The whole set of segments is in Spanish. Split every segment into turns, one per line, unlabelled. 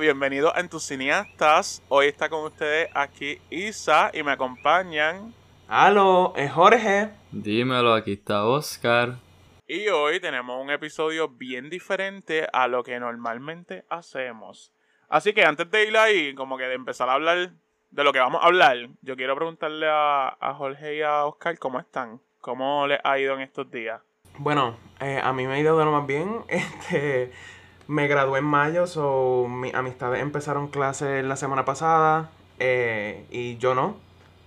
bienvenidos a Entusiastas. Hoy está con ustedes aquí Isa y me acompañan.
Aló, es Jorge.
Dímelo, aquí está Oscar.
Y hoy tenemos un episodio bien diferente a lo que normalmente hacemos. Así que antes de ir ahí, como que de empezar a hablar de lo que vamos a hablar, yo quiero preguntarle a, a Jorge y a Oscar cómo están, cómo les ha ido en estos días.
Bueno, eh, a mí me ha ido de lo más bien. Este, me gradué en mayo, so mis amistades empezaron clases la semana pasada eh, y yo no.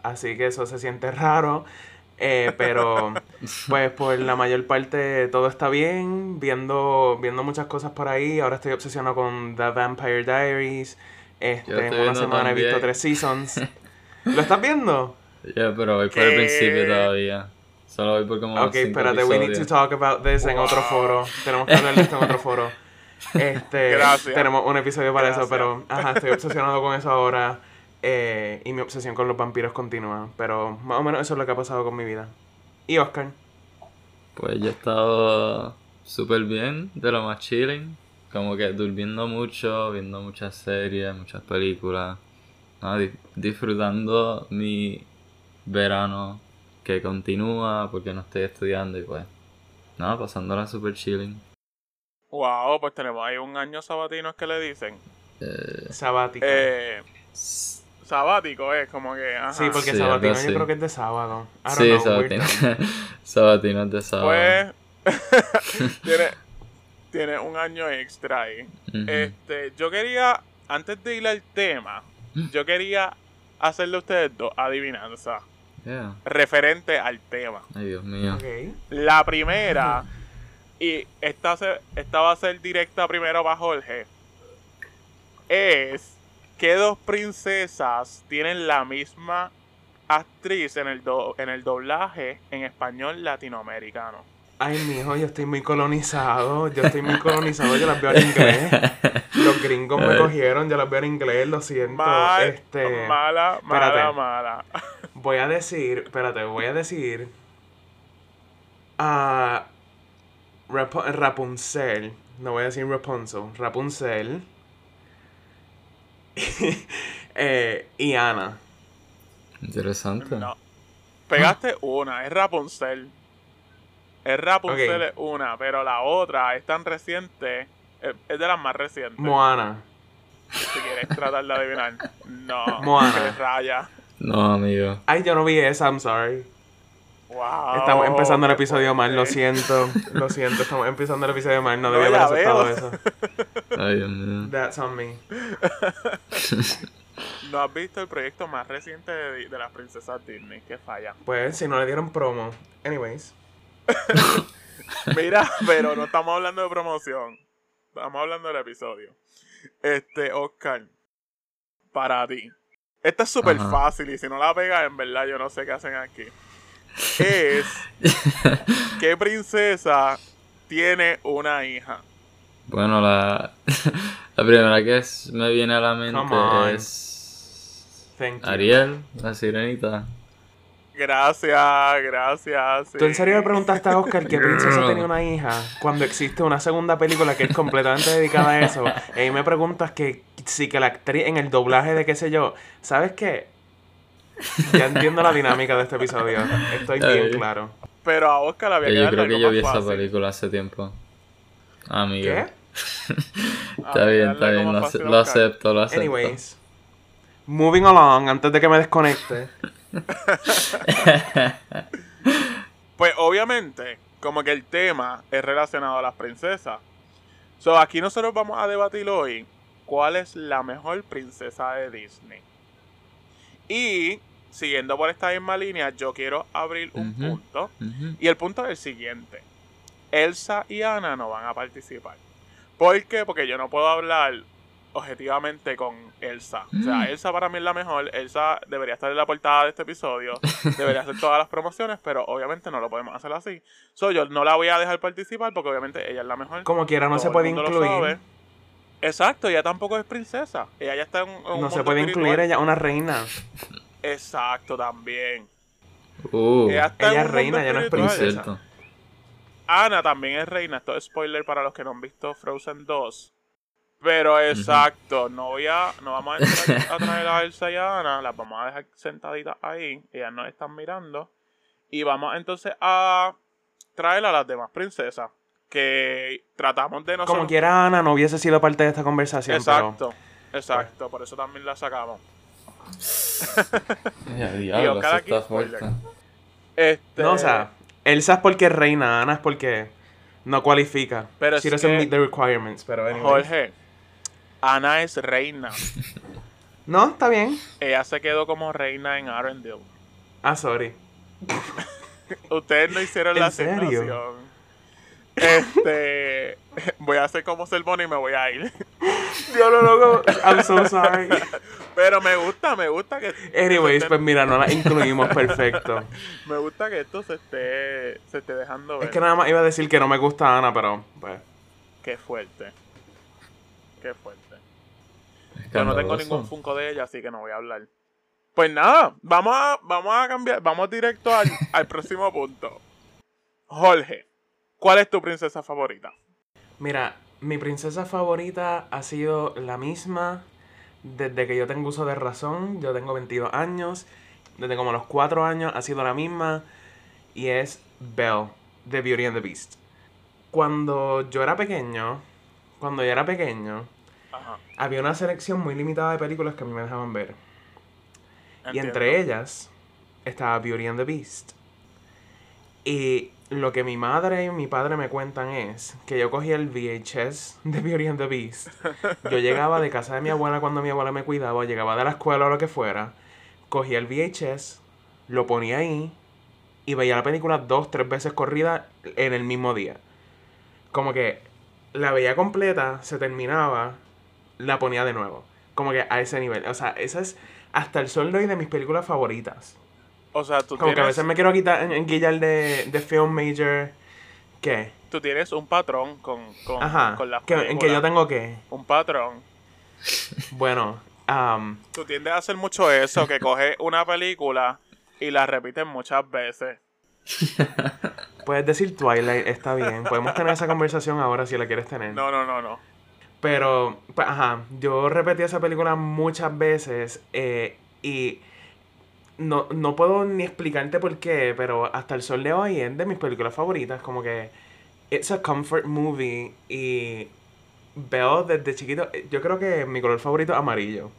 Así que eso se siente raro. eh, pero pues por la mayor parte todo está bien, viendo, viendo muchas cosas por ahí. Ahora estoy obsesionado con The Vampire Diaries.
Yo
Este,
estoy
en una
viendo
semana he visto
también.
tres seasons. ¿Lo estás viendo?
Ya, pero voy por
¿Qué?
el principio todavía. Solo voy por como
Ok,
cinco
espérate, we need to
episodios.
talk about this en
Wow.
otro foro. Tenemos que hablar de esto en otro foro. Este,
Gracias.
Tenemos un episodio para
Gracias.
eso, pero ajá, estoy obsesionado con eso ahora. eh, y mi obsesión con los vampiros continúa. Pero más o menos eso es lo que ha pasado con mi vida. Y Oscar.
Pues yo he estado súper bien, de lo más chilling. Como que durmiendo mucho, viendo muchas series, muchas películas. Nada, di- disfrutando mi verano que continúa porque no estoy estudiando y pues. Nada, pasándola súper chilling.
Wow, pues tenemos ahí un año sabatino es que le dicen.
Eh,
Sabático.
Eh,
s-
sabático es como que. Ajá.
sí, porque
Sí,
sabatino
algo así.
yo creo que es de sábado. I don't
sí,
know, weird.
Sabatino. Sabatino es de sábado.
Pues. tiene, tiene un año extra ahí.
Ujú.
eh,
Este, yo quería, antes de ir al tema, yo quería hacerle a ustedes dos adivinanzas
Yeah.
referente al tema.
Ay, Dios mío.
Ok.
La primera, y esta, se- esta va a ser directa primero para Jorge, es que dos princesas tienen la misma actriz en el, do- en el doblaje en español latinoamericano.
Ay, mijo, yo estoy muy colonizado. Yo estoy muy colonizado. Yo las veo en inglés. Los gringos me cogieron. Yo las veo en inglés, lo siento.
Mal,
este...
mala, mala,
espérate.
mala.
Voy a decir, espérate, voy a decir a Rapu- Rapunzel. No voy a decir Rapunzel. Rapunzel. eh, y Ana.
Interesante.
No. Pegaste una, es Rapunzel. Es Rapunzel
Ok.
es una, pero la otra es tan reciente, es es de las más recientes.
Moana.
si quieres tratar de adivinar. No,
Moana.
qué raya.
No, amigo.
Ay, yo no vi esa, I'm sorry.
Wow.
Estamos empezando el episodio mal, lo
fuerte.
siento. Lo siento, estamos empezando el episodio mal, no
No,
debía haber
ya
aceptado
veo.
eso.
Ay, Dios mío.
That's on me.
No has visto el proyecto más reciente de, Di- de las princesas Disney, que falla.
Pues, si no le dieron promo. Anyways.
Mira, pero no estamos hablando de promoción. Estamos hablando del episodio. Este, Oscar, para ti. Esta es súper
Ajá.
fácil y si no la pegas, en verdad yo no sé qué hacen aquí. Es, ¿qué princesa tiene una hija?
bueno, la, la primera que es- me viene a la
Come on.
mente es
Thank you.
Ariel, la sirenita.
Gracias, gracias.
¿Tú en
sí.
serio le preguntaste a Oscar qué princesa
Girl.
tenía una hija cuando existe una segunda película que es completamente dedicada a eso? Y ahí me preguntas que si que la actriz en el doblaje de qué sé yo. ¿Sabes qué? Ya entiendo la dinámica de este episodio. Estoy bien
Ay.
claro.
Pero a Oscar la había
Que yo
quedado
creo que
algo
yo
más
vi esa
fácil.
película hace tiempo. Amigo.
¿Qué?
Está
Ah,
bien,
dale,
está bien,
¿cómo
lo,
fácil,
ace- lo
Oscar?
acepto, lo acepto.
Anyways. Moving along, antes de que me desconecte.
Pues obviamente, como que el tema es relacionado a las princesas. So, aquí nosotros vamos a debatir hoy cuál es la mejor princesa de Disney. Y, siguiendo por esta misma línea, yo quiero abrir un
Ujú.
punto.
Ujú.
Y el punto es el siguiente. Elsa y Ana no van a participar. ¿Por qué? Porque yo no puedo hablar objetivamente con Elsa. O sea, Elsa para mí es la mejor. Elsa debería estar en la portada de este episodio. Debería hacer todas las promociones, pero obviamente no lo podemos hacer así. So, yo no la voy a dejar participar porque obviamente ella es la mejor.
Como quiera, no
Todo
se
el
puede
mundo lo
incluir.
sabe. Exacto, ella tampoco es princesa. Ella ya está en, en un
No se
mundo
puede
espiritual.
incluir ella, una reina.
Exacto, también.
Uh,
Ella está en
Ella
un
es
mundo
reina, ella no es
espiritual.
princesa.
incierto.
Ana también es reina. Esto es spoiler para los que no han visto Frozen 2. Pero exacto, no, voy a, no vamos a entrar a traer a Elsa y a Ana, las vamos a dejar sentaditas ahí, ellas nos están mirando. Y vamos entonces a traer a las demás princesas, que tratamos de no
Como
ser-
quiera, Ana no hubiese sido parte de esta conversación.
Exacto,
Pues.
exacto, por eso también la sacamos.
Ya, diablo, eso
cada
está
quien spoiler.
fuerte.
Este,
Pero... No, o sea, Elsa es porque es reina, Ana es porque no cualifica.
Pero
She
es
doesn't
que-
meet the requirements, pero anyway.
Jorge, Ana es reina.
No, está bien.
Ella se quedó como reina en Arendelle.
Ah, sorry.
Ustedes no hicieron
¿En
la
serio?
asignación. Este. Voy a hacer como ser y me voy a ir.
Diablo, loco. I'm so sorry.
Pero me gusta, me gusta que.
Anyways, pues mira, no la incluimos perfecto.
Me gusta que esto se esté. Se esté dejando ver.
Es que nada más iba a decir que no me gusta Ana, pero pues.
Qué fuerte. Qué fuerte. Yo no
Escandaloso.
tengo ningún Funko de ella, así que no voy a hablar. Pues nada, vamos a, vamos a cambiar. Vamos directo al, al próximo punto. Jorge, ¿cuál es tu princesa favorita?
Mira, mi princesa favorita ha sido la misma desde que yo tengo uso de razón. Yo tengo 22 años. Desde como los 4 años ha sido la misma. Y es Belle, de Beauty and the Beast. Cuando yo era pequeño, cuando yo era pequeño,
Ajá.
había una selección muy limitada de películas que a mí me dejaban ver. Y
entiendo.
entre ellas estaba Beauty and the Beast. Y lo que mi madre y mi padre me cuentan es que yo cogí el VHS de Beauty and the Beast. Yo llegaba de casa de mi abuela cuando mi abuela me cuidaba, o llegaba de la escuela o lo que fuera. Cogía el VHS, lo ponía ahí y veía la película dos, tres veces corrida en el mismo día. Como que la veía completa, se terminaba, la ponía de nuevo. Como que a ese nivel. O sea, esa es hasta el sol de hoy de mis películas favoritas.
O sea, tú
Como que a
tienes-
veces me quiero quitar, en- guillar de, de film major. ¿Qué?
tú tienes un patrón con, con,
Ajá.
con las
que, en que
películas.
yo tengo que.
Un patrón.
Bueno, am,
Tú tiendes a hacer mucho eso, que coges una película y la repites muchas veces.
puedes decir Twilight, está bien. Podemos tener esa conversación ahora si la quieres tener.
No, no, no, no.
Pero, pues, ajá, yo repetí esa película muchas veces eh, y no, no puedo ni explicarte por qué, pero hasta el sol de hoy es de mis películas favoritas. Como que it's a comfort movie y veo desde chiquito, eh, yo creo que mi color favorito es amarillo.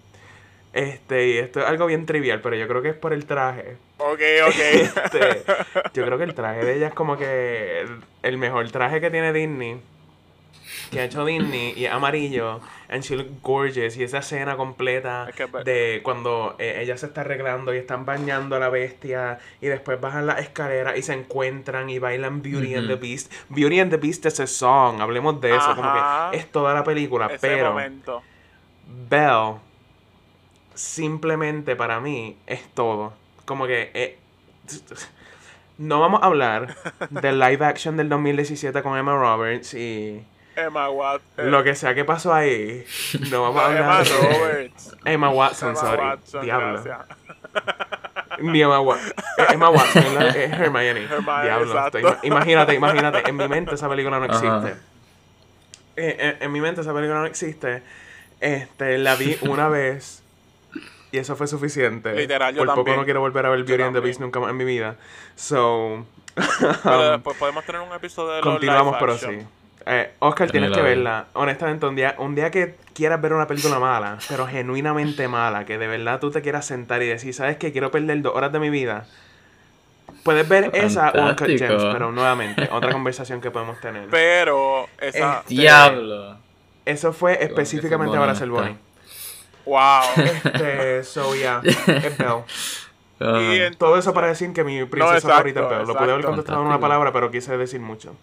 Este, y esto es algo bien trivial, pero yo creo que es por el traje.
Ok, ok.
Este, yo creo que el traje de ella es como que el, el mejor traje que tiene Disney. Que ha hecho Disney y es amarillo. And she look gorgeous. Y esa escena completa
Es que pues, ve-
de cuando eh, ella se está arreglando y están bañando a la bestia. Y después bajan las escaleras y se encuentran y bailan Beauty and the
Ujú.
Beast. Beauty and the Beast es a song. Hablemos de eso. Como
Ajá.
que es toda la película.
Ese
pero
momento.
Belle simplemente para mí es todo. Como que eh, no vamos a hablar del live action del 2017 con Emma Roberts
Eh.
y
Emma Watson.
lo que sea que pasó ahí. No vamos a
Emma
hablar de
Roberts.
Emma Watson,
Emma
sorry.
Watson,
Diablo.
gracias.
Ni Emma Watson. Emma Watson es la- es Hermione.
Hermione,
Diablo.
exacto.
estoy- imagínate, imagínate. En mi mente esa película no existe.
Ajá.
Eh, eh, en mi mente esa película no existe. Este, la vi una vez y eso fue suficiente.
Literal, yo
Por
también.
poco no quiero volver a ver
Yo
Beauty and the Beast
también.
nunca más en mi vida. So,
Pero después podemos tener un episodio de los
continuamos,
live
pero
action.
sí. Eh, Oscar, tienes
la
que
vi.
verla. Honestamente, un día, un día que quieras ver una película mala, pero genuinamente mala, que de verdad tú te quieras sentar y decir, ¿sabes qué? Quiero perder dos horas de mi vida. Puedes ver esa o Uncut
Fantástico.
Gems, pero nuevamente, otra conversación que podemos tener.
Pero esa.
Este-
Diablo.
Eso fue
que
específicamente
esa
para
mona
ser
está.
Bonnie.
Wow.
Este, so yeah, es Belle.
Ah,
Y en-
Todo eso para decir que mi princesa
exacto,
favorita es Belle. Lo pude haber
exacto.
contestado en una
Fantástico.
palabra, pero quise decir mucho.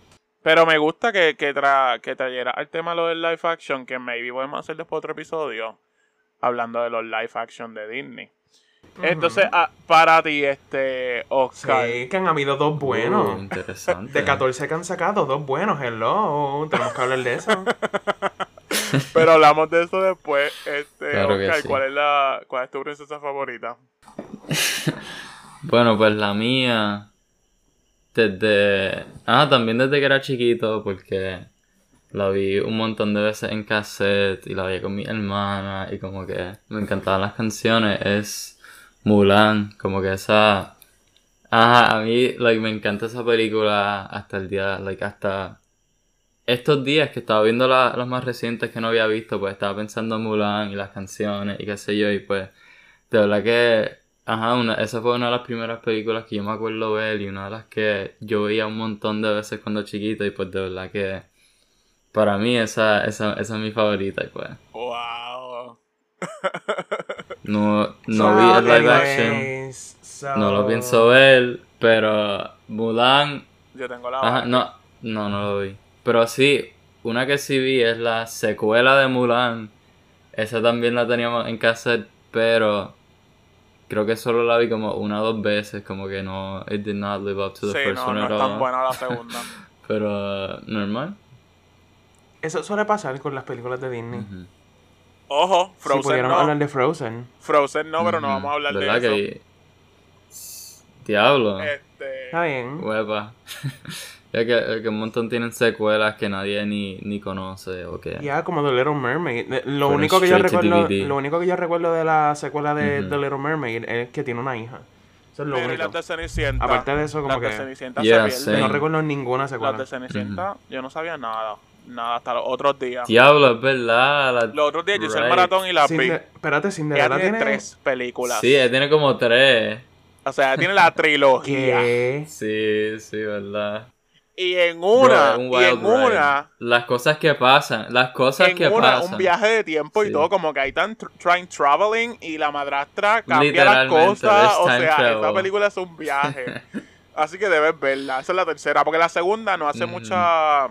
Pero me gusta que, que, tra que trayera al tema lo del live action, que maybe podemos hacer después otro episodio hablando de los live action de Disney. Entonces, ah, para ti, este, Oscar.
Sí, que han habido dos
uh,
buenos.
interesante.
De 14 que han sacado, dos buenos. Hello, tenemos que hablar de eso.
Pero hablamos de eso después. Este,
Claro que
Oscar,
sí.
¿cuál, es la, ¿cuál es tu princesa favorita?
Bueno, pues la mía. Desde. Ah, también desde que era chiquito, porque. La vi un montón de veces en cassette y la vi con mi hermana y como que me encantaban las canciones. Es Mulan, como que esa... Ajá, a mí like, me encanta esa película hasta el día, like, hasta estos días que estaba viendo la- las más recientes que no había visto, pues estaba pensando en Mulan y las canciones y qué sé yo, y pues de verdad que, ajá, una- esa fue una de las primeras películas que yo me acuerdo ver y una de las que yo veía un montón de veces cuando chiquito y pues de verdad que para mí esa, esa, esa es mi favorita y pues
Wow.
no, no vi el live action,
Anyways, so-
no lo pienso ver, pero Mulan
Yo tengo la
Ajá, no, no, no lo vi. Pero sí, una que sí vi es la secuela de Mulan. Esa también la teníamos en cassette, pero creo que solo la vi como una o dos veces, como que no, it did not live up to the
Sí,
first
no,
one
no
at
es
all.
tan buena la segunda.
Pero eh, normal.
Eso suele pasar con las películas de Disney.
Ujú.
Ojo,
si
Frozen
pudiéramos
no.
hablar de Frozen.
Frozen no, pero no
Ujú.
vamos a hablar de
¿Verdad
eso.
que- Diablo.
Este,
Está bien.
Huepa. ya que, que un montón tienen secuelas que nadie ni, ni conoce o que...
Ya, como The Little Mermaid. Eh, Lo
Fueron
único, que yo
straight to
recuerdo,
DVD.
lo único que yo recuerdo de la secuela de
Ujú.
The Little Mermaid es que tiene una hija. Eso es lo
pero y
único.
las de Cenicienta.
Aparte de eso, como
las de
que
Cenicienta
Yeah,
se
same.
pierden.
no recuerdo ninguna
Las
secuela.
de Cenicienta, yo no sabía nada. Nada, hasta los otros días.
Diablo, es verdad. la-
Los otros días yo hice el
Right.
maratón y las vi.
Cinde- Espérate,
Ella
Cinderella
tiene,
tiene...
tres películas.
Sí, él tiene como tres.
O sea, ella tiene la trilogía.
¿Qué?
Sí, sí, verdad.
Y en
Bro,
una,
es un
y
wild
en
ride.
una,
Las cosas que pasan, las cosas que
en una,
pasan.
un viaje de tiempo y
Sí.
todo, como que hay tan tr- time traveling y la madrastra cambia las
Literalmente,
cosas.
there's
O
time
sea, esta
travel.
película es un viaje. Así que debes verla. Esa es la tercera, porque la segunda no hace
Ujú.
mucha.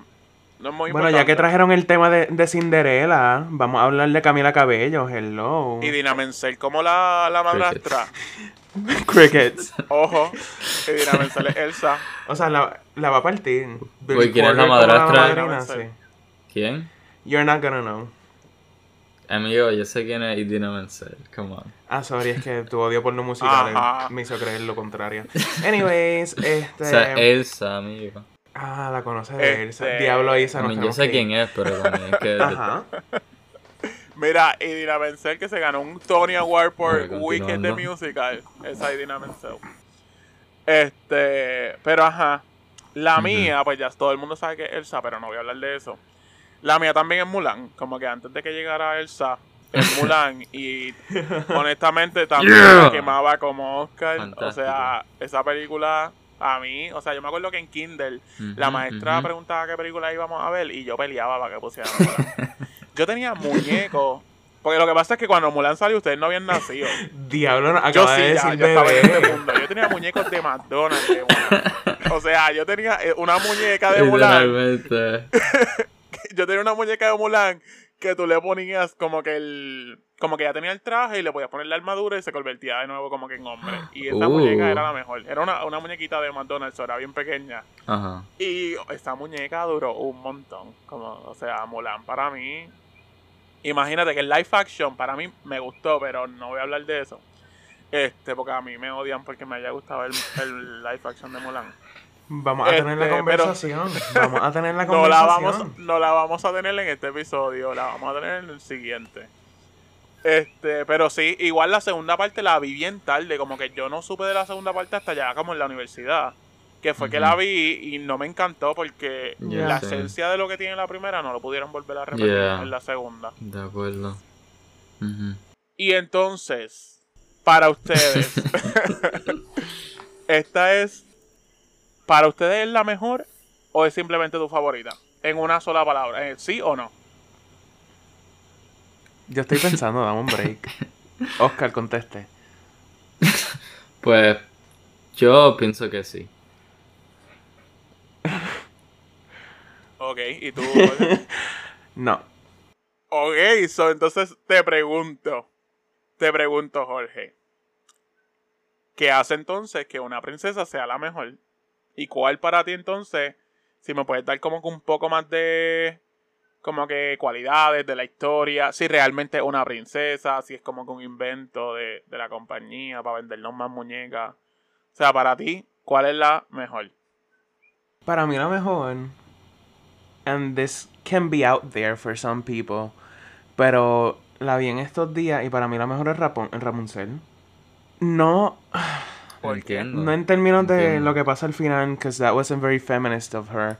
No es muy
Bueno, ya que
importante.
trajeron el tema de, de Cinderella, vamos a hablar de Camila Cabello. Hello.
Y Dinamencel como la, la madrastra.
Crickets.
Ojo. Y Dinamencel es Elsa.
O sea, la, la va a partir.
Uy, ¿quién es la
Porter como
madrastra?
madrina, sí.
¿Quién?
You're not gonna know.
Amigo, yo sé quién es Idina Menzel. Come on.
Ah, sorry, es que tu odio por los musicales
Ajá.
me hizo creer lo contrario. Anyways, este.
O sea, eh, Elsa, amigo.
Ah, la conoces de Elsa.
Este-
Diablo Isa,
I
no
mean, yo sé quién es, pero también es que.
Ajá.
Mira, y Dinamencel que se ganó un Tony Award por
Vale, continuando.
Weekend de Musical. Esa es Dinamencel. Este, pero ajá. La
Ujú.
mía, pues ya todo el mundo sabe que es Elsa, pero no voy a hablar de eso. La mía también es Mulan. Como que antes de que llegara Elsa, es Mulan. y honestamente también
Yeah.
la quemaba como Oscar. O sea,
Fantástico.
esa película a mí, o sea, yo me acuerdo que en Kindle
Ujú,
la maestra
ujú.
preguntaba qué película íbamos a ver y yo peleaba para que pusieran Mulan. yo tenía muñecos. Porque lo que pasa es que cuando Mulan salió, ustedes no habían nacido.
Diablo no,
Yo
acaba
sí,
de
ya,
decir
yo estaba en este
bebé.
mundo. Yo tenía muñecos de McDonald's. de Mulan. O sea, yo tenía eh, una muñeca de Mulan.
Literalmente.
Yo tenía una muñeca de Mulan que tú le ponías como que el. Como que ya tenía el traje y le podías poner la armadura y se convertía de nuevo como que en hombre. Y esa
Uh.
muñeca era la mejor. Era una, una muñequita de McDonald's, era bien pequeña.
Ajá.
Y esta muñeca duró un montón. Como, o sea, Mulan para mí. Imagínate que el live action para mí me gustó, pero no voy a hablar de eso. Este, porque a mí me odian porque me haya gustado el, el live action de Mulan.
Vamos a tener la
Este, pero-
conversación. Vamos a tener la
No la,
conversación.
vamos, no la vamos a tener en este episodio, la vamos a tener en el siguiente. Este, pero sí, igual la segunda parte la vi bien tarde, como que yo no supe de la segunda parte hasta ya como en la universidad. Que fue que
Ujú.
la vi y no me encantó porque
Ya
la
sé.
esencia de lo que tiene la primera no lo pudieron volver a repetir
Yeah.
en la segunda.
De acuerdo. Ujú.
Y entonces, para ustedes, esta es, para ustedes es la mejor o es simplemente tu favorita? En una sola palabra, eh, sí o no.
Yo estoy pensando, dame un break. Oscar, conteste.
Pues yo pienso que sí.
Ok, y tú.
No.
ok, so, entonces te pregunto. Te pregunto, Jorge. ¿Qué hace entonces que una princesa sea la mejor? ¿Y cuál para ti entonces? Si me puedes dar como que un poco más de. Como que cualidades de la historia. Si realmente es una princesa. Si es como que un invento de, de la compañía para vendernos más muñecas. O sea, para ti, ¿cuál es la mejor?
Para mí la mejor and this can be out there for some people, pero la vi en estos días y para mí la mejor es Rapon Rapunzel. No,
Entiendo.
no en términos de
Entiendo.
lo que pasa al final, because that wasn't very feminist of her,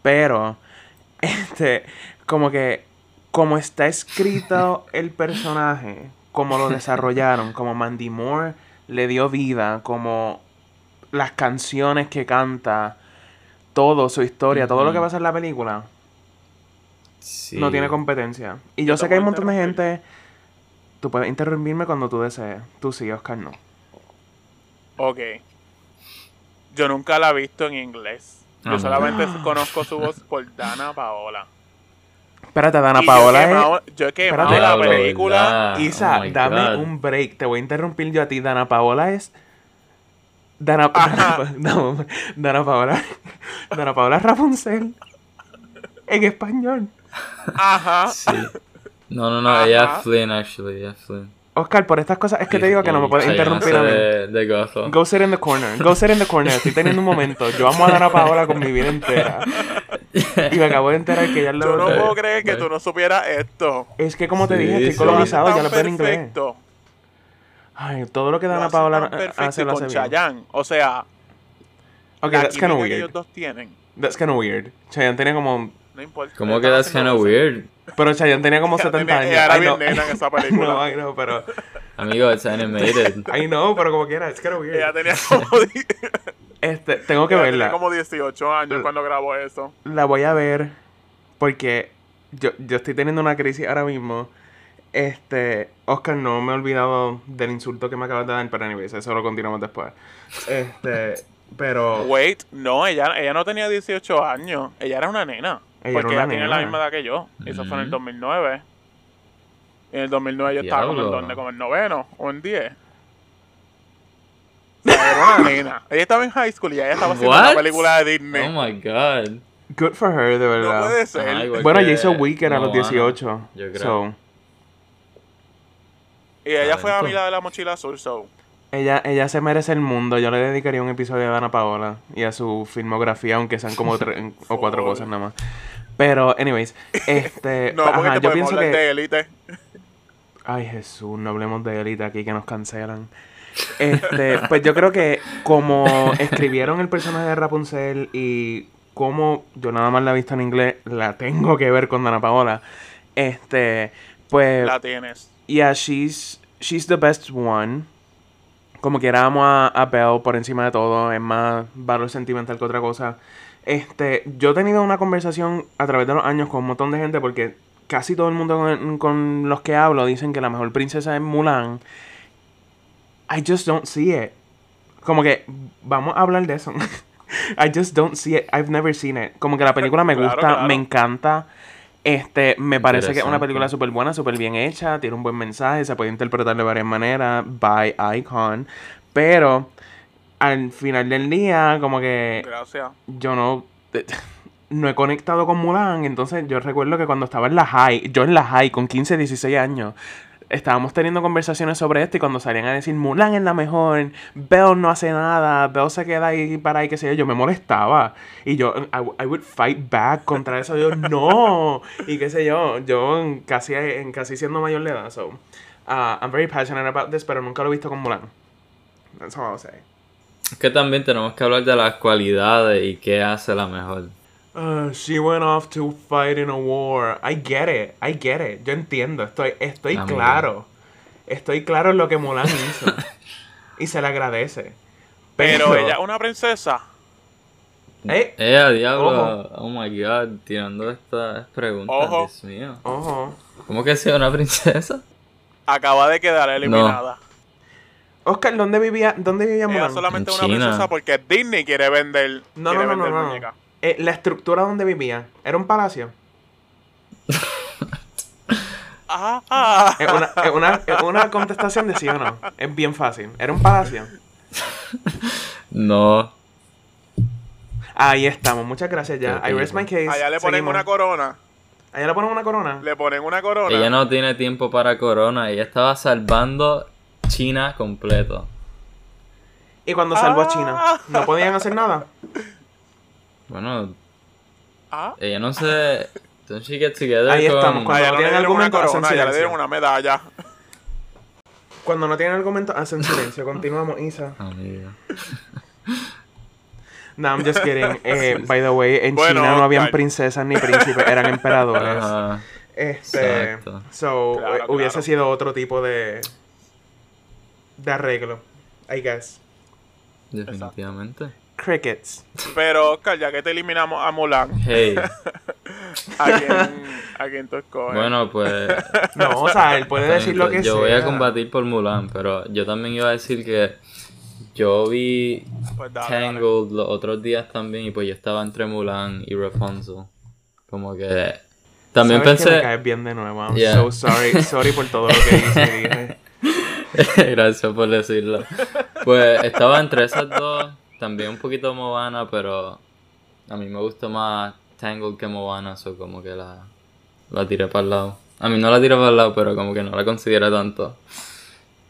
pero, este, como que, como está escrito el personaje, como lo desarrollaron, como Mandy Moore le dio vida, como las canciones que canta, todo, su historia, todo lo que
Ujú.
pasa en la película,
Sí.
no tiene competencia. Y yo
Te
sé que hay un
puedo
montón de gente... Tú puedes interrumpirme cuando tú desees. Tú sí, Oscar, no.
Ok. Yo nunca la he visto en inglés. Yo
Ah,
solamente conozco su voz por Dana Paola.
Espérate, Dana
Y Yo
Paola.
he
es-
quemado, yo he quemado
Espérate.
la
Diablo,
película.
¿verdad?
Isa,
Oh my
dame
God.
un break. Te voy a interrumpir yo a ti. Dana Paola es. Dana, Dana,
Ajá.
Pa- no, Dana Paola. Dana Paola Rapunzel. En español.
Ajá.
Sí. No, no, no,
Ajá.
ella es Flynn, actually, ella es Flynn.
Oscar, por estas cosas es que te
Y-
digo que no me
y
puedes
se
interrumpir a
llama
mí.
De, de gozo.
Go sit in the corner. Go sit in the corner. Estoy teniendo un momento. Yo amo a Dana Paola con mi vida entera. Y me acabo de enterar que ya
Yo
lo.
no
Dale,
puedo creer que
dale.
tú no supieras esto.
Es que como te
Sí,
dije,
sí.
estoy colonizado, ya lo veo en inglés.
perfecto.
Ay, todo lo que
Lo
Dana
hace
Paola
tan perfecto
hace
y
lo
con
hace bien.
Chayanne. O sea,
Ok,
la
that's
química que
kinda
ellos
weird.
dos tienen.
That's kinda weird. Chayanne tenía como
No importa.
¿Cómo
Están
que that's kind
haciendo
of
cosas.
weird?
Pero Chayanne tenía como
Ella
70
tenía-
años.
ella era
I
bien
know.
nena en esa película.
No, I know, pero.
Amigo, it's animated.
I know, pero como quiera, es que era weird.
Ella tenía como, di-
Este, tengo que
ella
verla.
tenía como 18 años cuando grabó eso.
La voy a ver porque yo, yo estoy teniendo una crisis ahora mismo. Este, Oscar, no me he olvidado del insulto que me acabas de dar, pero anyways, eso lo continuamos después. Este, pero.
Wait, no, ella, ella no tenía 18 años. Ella era una nena.
Ella era
porque
una
ella tiene la
nena. Mm.
misma edad que yo. Eso fue en el
Ujú.
2009. En el 2009 yo estaba como en
Diablo.
donde, como en noveno o en 10. O sea, era una nena. Ella estaba en high school y ella estaba haciendo
What?
una película de Disney.
Oh my god.
Good for her, de
no
verdad.
puede ser.
Ajá, igual
bueno,
que
ya hizo Weekend a los
Moana,
18.
yo creo.
So,
y ella fue a
Talento.
mí la de la mochila azul, so.
Ella, ella se merece el mundo. Yo le dedicaría un episodio a Ana Paola y a su filmografía, aunque sean como tres o cuatro
Por favor.
cosas nada más. Pero, anyways, este.
No,
ajá,
porque te
yo
podemos
pienso
hablar
que.
de élite.
Ay, Jesús, no hablemos de élite aquí que nos cancelan. Este, pues yo creo que como escribieron el personaje de Rapunzel y como yo nada más la he visto en inglés, la tengo que ver con Ana Paola. Este, pues.
La tienes.
Yeah, she's she's the best one. Como quiera amo a, a Belle por encima de todo, es más valor sentimental que otra cosa. Este, yo he tenido una conversación a través de los años con un montón de gente porque casi todo el mundo con, con los que hablo dicen que la mejor princesa es Mulan. I just don't see it. Como que vamos a hablar de eso. I just don't see it. I've never seen it. Como que la película me
Claro,
gusta,
claro.
me encanta. Este, me parece que es una
Interesante.
película súper buena, súper bien hecha, tiene un buen mensaje, se puede interpretar de varias maneras, by icon, pero al final del día, como que
Gracias.
yo no, no he conectado con Mulan, entonces yo recuerdo que cuando estaba en la high, yo en la high con 15, 16 años, estábamos teniendo conversaciones sobre esto y cuando salían a decir Mulan es la mejor, Belle no hace nada, Belle se queda ahí para ahí, qué sé yo, yo me molestaba. Y yo, I, w- I would fight back contra eso, yo, no, y qué sé yo, yo en casi, en casi siendo mayor de edad, so, uh, I'm very passionate about this, pero nunca lo he visto con Mulan. That's all I'll say.
Es que también tenemos que hablar de las cualidades y qué hace la mejor.
Uh, she went off to fight in a war. I get it, I get it. Yo entiendo, estoy, estoy
Amigo.
claro. Estoy claro en lo que Mulan hizo. y se le agradece.
Pero, ella es una princesa.
Eh,
Ella, diablo,
Ojo.
oh my god, tirando estas preguntas,
Ojo.
Dios mío.
Ojo.
¿Cómo que sea una princesa?
Acaba de quedar eliminada.
Oscar, ¿dónde vivía, dónde vivía
Ella
Mulan?
solamente
En
es una
China.
princesa porque Disney quiere vender.
No,
quiere
no, no, no,
vender
no.
muñecas.
Eh, la estructura donde vivía. Era un palacio.
Ajá, ajá.
Es Eh, una, es una, es una contestación de sí o no. Es bien fácil. Era un palacio.
No.
Ahí estamos. Muchas gracias ya.
Qué
I rest my case.
Allá le ponen
Seguimos.
una corona.
Allá le ponen una corona.
Le ponen una corona.
Ella no tiene tiempo para corona, ella estaba salvando China completo.
Y cuando salvó a
Ah.
China, no podían hacer nada.
Bueno,
Ah,
Ella no se. Don't she get together
Ahí
con-
estamos, con-
ah, ya no
tienen
le dieron una
argumento, hacen
corona, ya le
silencio.
dieron una medalla.
Cuando no tienen argumento, hacen silencio. Continuamos, Isa.
Amiga.
No, I'm just kidding. Eh, by the way, en
Bueno,
China no habían
Oscar.
princesas ni príncipes, eran emperadores.
Ajá.
Este,
Exacto.
so,
Claro,
eh,
claro.
hubiese sido otro tipo de de arreglo, I guess.
definitivamente.
Crickets.
Pero, Oscar, ya que te eliminamos a Mulan,
Hey,
¿a quién, a quién tú escoges?
bueno, pues.
No, o sea, él puede decir lo que
yo
sea.
voy a combatir por Mulan, pero yo también iba a decir que yo vi
pues dale, dale.
Tangled los otros días también y pues yo estaba entre Mulan y Rapunzel. Como que. También
¿Sabes que me
pensé.
caes bien de nuevo. I'm
Yeah.
so sorry. Sorry por todo lo que hice y dije.
Gracias por decirlo. Pues estaba entre esas dos. También un poquito Moana, pero a mí me gusta más Tangled que Moana, so como que la, la tiré para el lado. A mí no la tiré para el lado, pero como que no la considera tanto.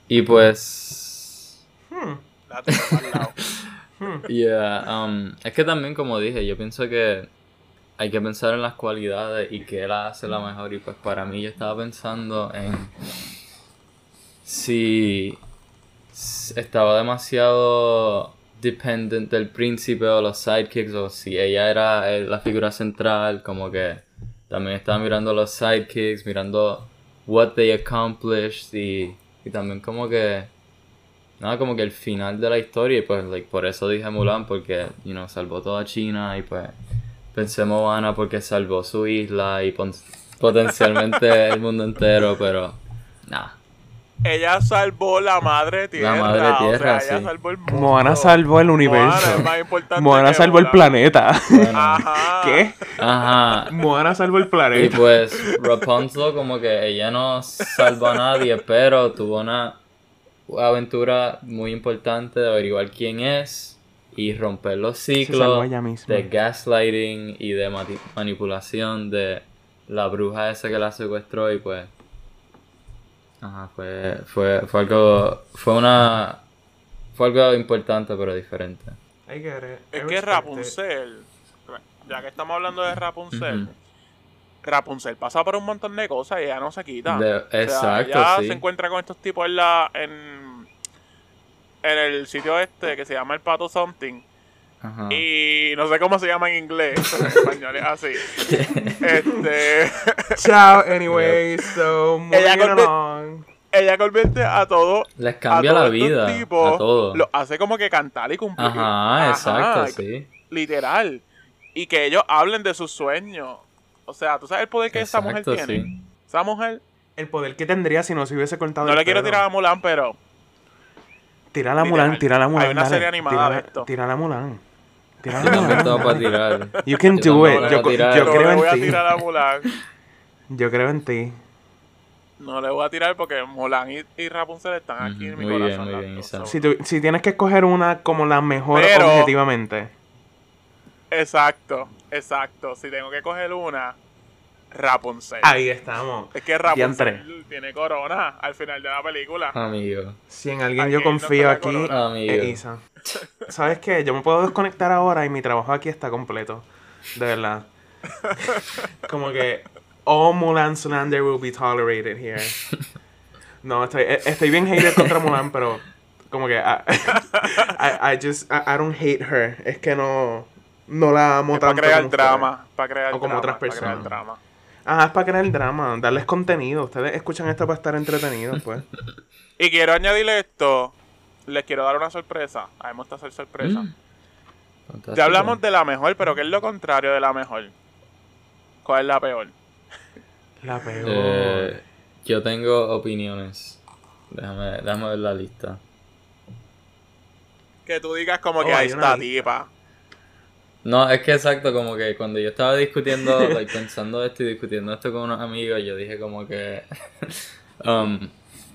Y pues.
Hmm,
La tiro pa'l lado.
hmm.
Yeah, um, es que también, como dije, yo pienso que hay que pensar en las cualidades y qué la hace la mejor. Y pues para mí, yo estaba pensando en si s- estaba demasiado dependent del príncipe o los sidekicks, o si ella era eh, la figura central, como que también estaba mirando los sidekicks, mirando what they accomplished y, y también como que nada como que el final de la historia y pues like, por eso dije
Mm.
Mulan porque you know, salvó toda China y pues pensé Moana porque salvó su isla y pon- potencialmente el mundo entero pero nada
Ella salvó la madre tierra.
madre tierra,
o sea,
sí.
ella salvó el mundo.
Moana salvó el
Moana
universo.
es más importante
Moana
que
salvó el
Mulan.
planeta.
Ajá.
¿Qué?
Ah. ajá
Moana salvó el
Y
planeta.
pues Rapunzel como que ella no salvó a nadie, pero tuvo una aventura muy importante de averiguar quién es y romper los
Se salvó
ciclos
ella misma.
de gaslighting y de mati- manipulación de la bruja esa que la secuestró y pues... Ajá, fue, fue, fue algo... Fue una... Fue algo importante pero diferente.
I get it. I
Es que
respect it.
Rapunzel, ya que estamos hablando de Rapunzel,
Ujú.
Rapunzel pasa por un montón de cosas y ella no se quita.
De-
O sea,
exacto,
ella
sí.
se encuentra con estos tipos en la en, en el sitio este que se llama el Pato Something.
Ajá.
Y no sé cómo se llama en inglés, pero en español es así. Este,
Chao, anyway. So,
Ella
moving
golpe-
along.
ella convierte a todo
Les cambia
a
la
todos estos
vida
tipos,
a todos.
Lo hace como que cantar y cumplir.
Ajá,
Ajá,
exacto, sí.
Literal. Y que ellos hablen de sus sueños. O sea, tú sabes el poder que esa mujer
Exacto,
tiene.
sí.
Esa mujer.
El poder que tendría si no se hubiese cortado
No
el
le quiero
pelo.
tirar a Mulan, pero.
Tira la
Literal.
Mulan, tira la Mulan.
Hay una
dale.
serie animada
tira,
de
la-
esto.
Tira la Mulan. Tira
Yo
la
también estaba
Mulan.
para tirar.
You can
Yo
do
también
it.
voy
Yo,
a tirar.
yo
no
creo
le
en
voy a
ti.
tirar a Mulan.
Yo creo en ti.
No le voy a tirar porque Mulan y, y Rapunzel están aquí en mi
Ujú, muy bien,
corazón.
muy
las
bien,
dos,
Isa.
so-
Si, tú- si tienes que escoger una como la mejor
Pero-
objetivamente.
Exacto, exacto. Si tengo que coger una, Rapunzel.
Ahí estamos.
Es que Rapunzel tiene corona al final de la película.
Ah,
Amigo.
Si en alguien
Aquí
yo
no
confío
está la
aquí,
corona.
Amigo.
es Eh, Isa. ¿Sabes qué? Yo me puedo desconectar ahora y mi trabajo aquí está completo. De verdad. Como que all Mulan slander will be tolerated here. No, estoy, eh, estoy bien hater contra Mulan, pero como que I, I, I just I, I don't hate her. Es que no no la amo
Es para
tanto.
crear
como ustedes.
drama. Para crear
O como
drama,
otras
para crear
personas.
drama.
Ajá, es para crear drama, darles contenido. Ustedes escuchan esto para estar entretenidos, pues.
Y quiero añadirle esto. Les quiero dar una sorpresa. Ah, A mí me gusta hacer sorpresa.
Mm. Fantástico.
Ya hablamos de la mejor, pero ¿qué es lo contrario de la mejor? ¿Cuál es la peor?
La peor.
Eh, yo tengo opiniones. Déjame, déjame ver la lista.
Que tú digas como
Oh,
que ahí
hay una
está tipa.
No, es que exacto, como que cuando yo estaba discutiendo, like, pensando esto y discutiendo esto con unos amigos, yo dije como que, um,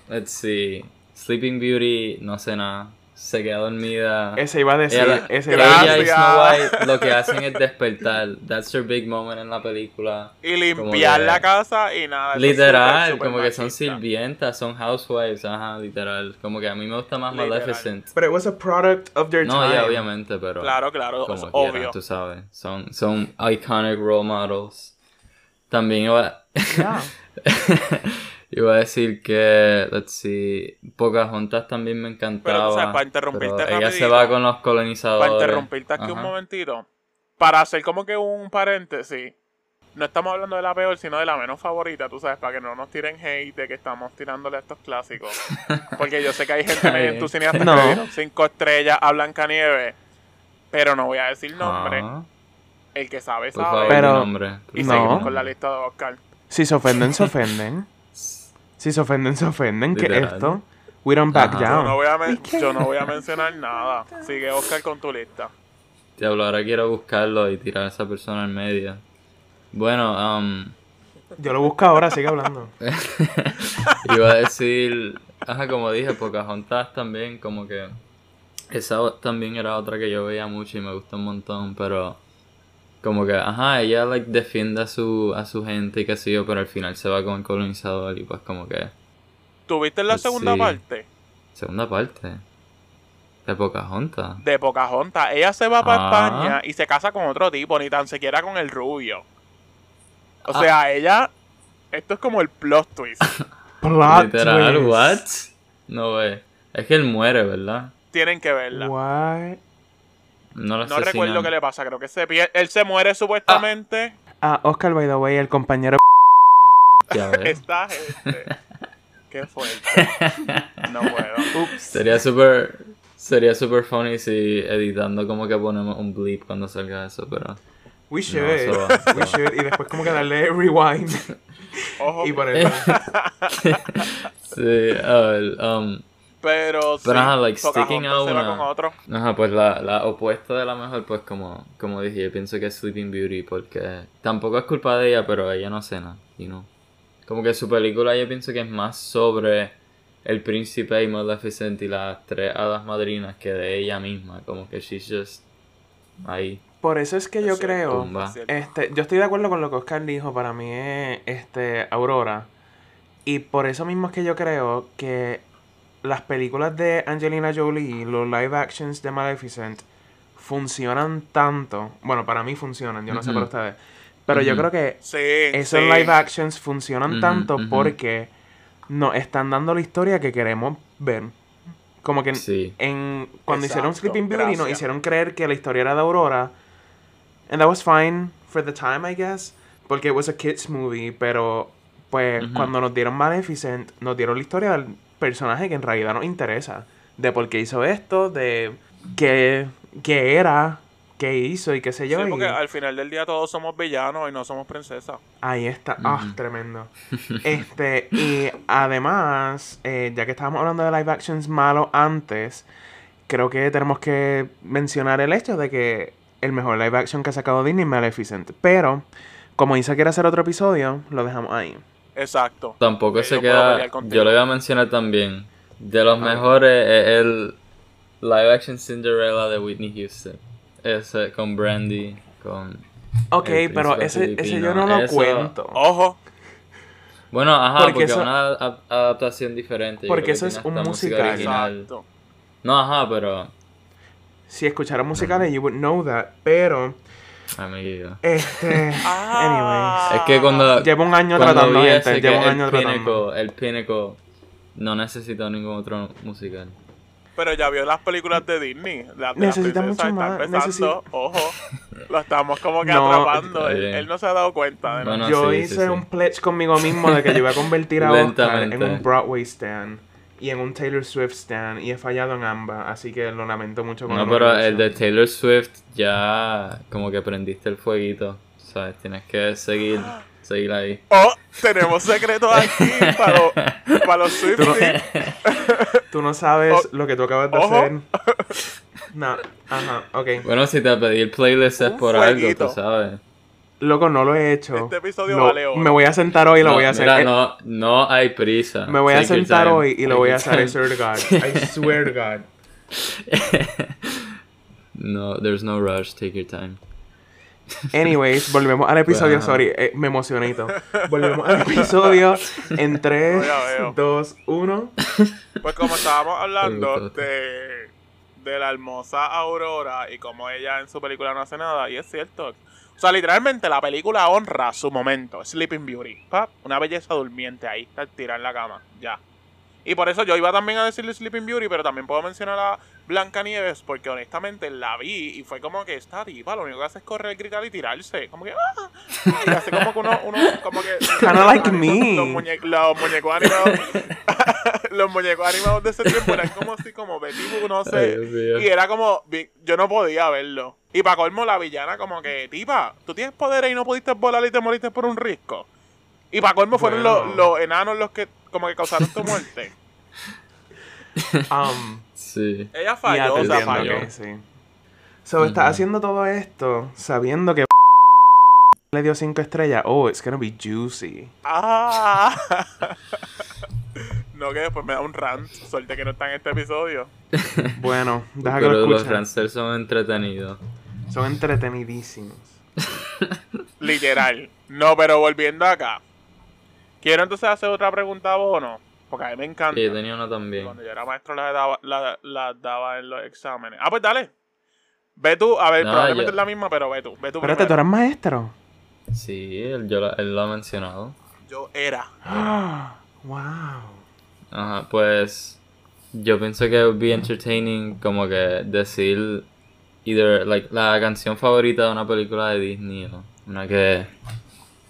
let's see, Sleeping Beauty no sé nada, se queda dormida.
Ese iba a decir.
Ella,
ese iba a
Gracias.
ella y Snow White lo que hacen es despertar. That's their big moment en la película.
Y limpiar
que-
la casa y nada. eso es
Literal,
Ah, súper, súper
como que son
machista.
sirvientas, son housewives, ajá, literal. Como que a mí me gusta más
Literal.
Maleficent.
But it was a product of their
No,
time.
ya obviamente, pero
Claro, claro, es
como
obvio.
quieran, tú sabes. Son, son iconic role models. También iba,
Yeah.
iba a decir que, let's see, Pocahontas también me
Pero,
encantaba.
o sea, para interrumpirte
pero ella se
rapidito,
va con los colonizadores.
Para interrumpirte aquí un
Ajá.
momentito, para hacer como que un paréntesis, no estamos hablando de la peor, sino de la menos favorita, tú sabes, para que no nos tiren hate de que estamos tirándole a estos clásicos. Porque yo sé que hay gente
Está
medio
bien.
entusiasta
No.
que le dieron cinco estrellas a Blancanieves, pero no voy a decir
Ah.
nombre.
Ajá.
El que sabe,
Por
sabe.
favor,
Pero-
di nombre.
y
no.
seguimos con la lista de Oscar.
Si se ofenden, se ofenden. Si se ofenden, se ofenden. ¿Qué
Literal.
esto? We don't back
Ajá.
Yo
down.
no, voy a men- yo no voy a mencionar nada. Sigue Oscar con tu lista.
Diablo, ahora quiero buscarlo y tirar a esa persona al medio. Bueno, um,
Yo lo busco ahora, sigue hablando.
iba a decir, ajá, como dije, Pocahontas también, como que esa o- también era otra que yo veía mucho y me gustó un montón, pero como que, ajá, ella like defiende a su, a su gente y qué sé yo, pero al final se va con el colonizador y pues como que,
¿Tuviste la
Pues
segunda
sí.
parte?
segunda parte de Pocahontas.
de Pocahontas. Ella se va para
Ah.
España y se casa con otro tipo, ni tan siquiera con el rubio. O
Ah.
sea, ella. Esto es como el plot twist.
Plot
Literal,
twist.
what? No ve. Es que él muere, ¿verdad?
Tienen que verla.
What?
No lo
No recuerdo
asesinan.
qué le pasa, creo que se pierde. Él se muere supuestamente.
Ah, Oscar, by the way, el compañero...
Ya ves.
Esta gente. este. Qué fuerte. No puedo.
Ups.
Sería súper sería super funny si editando como que ponemos un bleep cuando salga eso, pero
We
no,
should.
eso va, eso
We
va.
should. Y después como que darle rewind
Ojo.
y ponerlo.
Sí, a ver, um,
Pero. sí,
Pero, ajá, like, sticking
Pocahontas
out
se va
una-
con otro.
ajá, pues la, la opuesta de la mejor, pues como, como dije, yo pienso que es Sleeping Beauty, porque tampoco es culpa de ella, pero ella no cena, y no. Como que su película yo pienso que es más sobre el príncipe y Maleficent y las tres hadas madrinas que de ella misma, como que she's just ahí,
Por eso es que yo
Sí,
creo...
tumba.
Sí.
Este, yo estoy de acuerdo con lo que Oscar dijo, para mí es este, Aurora. Y por eso mismo es que yo creo que las películas de Angelina Jolie y los live actions de Maleficent funcionan tanto. Bueno, para mí funcionan, yo no sé
Ujú.
para ustedes. Pero yo
Ujú.
creo que
Sí.
esos
sí.
live actions funcionan
Ujú,
tanto
ujú.
porque nos están dando la historia que queremos ver. Como que
sí.
en cuando hicieron
Exacto,
Sleeping Beauty nos
gracias.
hicieron creer que la historia era de Aurora. And that was fine for the time, I guess, porque it was a kids movie, pero pues
Ujú.
cuando nos dieron Maleficent, nos dieron la historia del personaje que en realidad nos interesa, de por qué hizo esto, de qué, qué era, qué hizo y qué sé
Sí,
yo. y
porque al final del día todos somos villanos y no somos princesas.
Ahí está, ah,
Ujú.
tremendo. Este, y además, eh, ya que estábamos hablando de live actions malos antes, creo que tenemos que mencionar el hecho de que el mejor live action que ha sacado Disney es Maleficent. Pero, como Isa quiere hacer otro episodio, lo dejamos ahí.
Exacto.
Tampoco
Ok,
se
yo puedo
queda.
pelear contigo.
Yo lo voy a mencionar también. De los
Ah.
mejores es el live action Cinderella de Whitney Houston. Ese con Brandy, con.
Ok,
El
pero
príncipe
ese, ese yo
filipino,
no lo
eso-
cuento.
Ojo.
Bueno, ajá,
Porque
porque, es
eso-
una ad- adaptación diferente. yo
Porque
creo que
eso es
tiene
un
hasta música
musical.
original.
Exacto.
No, ajá, pero.
Si escucharan musicales, you would know that. Pero,
Amiguito.
este.
Ah.
Es que cuando.
Llevo un año
cuando
tratando,
vi
gente.
ese que
Llevo un
el
año tratando.
Pinnacle- El Pinnacle no necesito ningún otro musical.
Pero ya vio las películas de Disney. Las de
Necesita
las
mucho más,
Están empezando,
necesi-
ojo. Lo estamos como que
No.
atrapando.
Está
Él,
bien.
él no se ha dado cuenta de nada.
Bueno, no,
yo
sí, sí,
hice
sí.
un pledge conmigo mismo de que yo iba a convertir a Oscar en
Lentamente.
un Broadway stand y en un Taylor Swift stand y he fallado en ambas, así que lo lamento mucho. con
No,
el
pero
universo.
el de Taylor Swift ya como que prendiste el fueguito, ¿sabes? Tienes que seguir, seguir ahí.
Oh, tenemos secretos aquí para, los- para los Swifties.
Tú no sabes lo que tú acabas de
Oh, Ojo.
hacer. No, ajá, ok.
Bueno, si te pedí el playlist es
Un
por
fueguito.
algo, tú sabes.
Loco, no lo he hecho.
Este episodio
No,
vale oro.
Me voy a sentar hoy y lo
no,
voy a hacer.
mira,
Eh,
no, no hay prisa.
Me voy a
Take your
sentar
time.
hoy y lo
Take
voy a
your
hacer, I
time.
swear to God. I swear to God.
no, there's no rush, take your time.
Anyways, volvemos al episodio.
Bueno.
Sorry, eh, me emocionito. Volvemos al episodio en 3,
Ya veo.
2, 1.
Pues como estábamos hablando
Pregunta.
de, de la hermosa Aurora y como ella en su película no hace nada, y es cierto. O sea, literalmente la película honra su momento, Sleeping Beauty. Pap, una belleza durmiente ahí, está tirada en la cama, ya. Y por eso yo iba también a decirle Sleeping Beauty, pero también puedo mencionar a Blanca Nieves, porque honestamente la vi y fue como que esta tipa lo único que hace es correr, gritar y tirarse. Como que, ¡ah! Y hace como que uno, uno como que.
Kinda like me.
Los, muñe- los muñecos animados. los muñecos animados de ese tiempo eran como así, como Betty Boop, no
Ay,
sé.
Dios mío.
Y era como, vi- yo no podía verlo. Y para colmo, la villana, como que, tipa, tú tienes poderes y no pudiste volar y te moriste por un risco. Y para colmo fueron
Bueno.
los, los enanos los que, como que causaron tu muerte.
Um,
Sí.
Ella
y
falló, o sea,
atendiendo
falló.
que sí. So, está
Ujú.
haciendo todo esto sabiendo que le dio 5 estrellas. Oh, it's gonna be juicy.
Ah. no, que después me da un rant. Suerte que no está en este episodio.
Bueno, deja que
Pero
lo
los
escuchen.
transfers son entretenidos.
Son entretenidísimos.
Literal. No, pero volviendo acá. Quiero entonces hacer otra pregunta a Bono. Porque a mí me encanta.
Y yo tenía uno también.
Cuando yo era maestro las daba, la- las daba en los exámenes. Ah, pues dale. Ve tú, a ver,
No,
probablemente
yo-
es la misma, pero ve tú. Ve tú
Espérate, tú
primero.
eras maestro.
Sí, él, yo lo- él lo ha mencionado.
Yo era.
Ah, wow.
Ajá, pues yo pienso que would be entertaining como que decir either like la canción favorita de una película de Disney o una que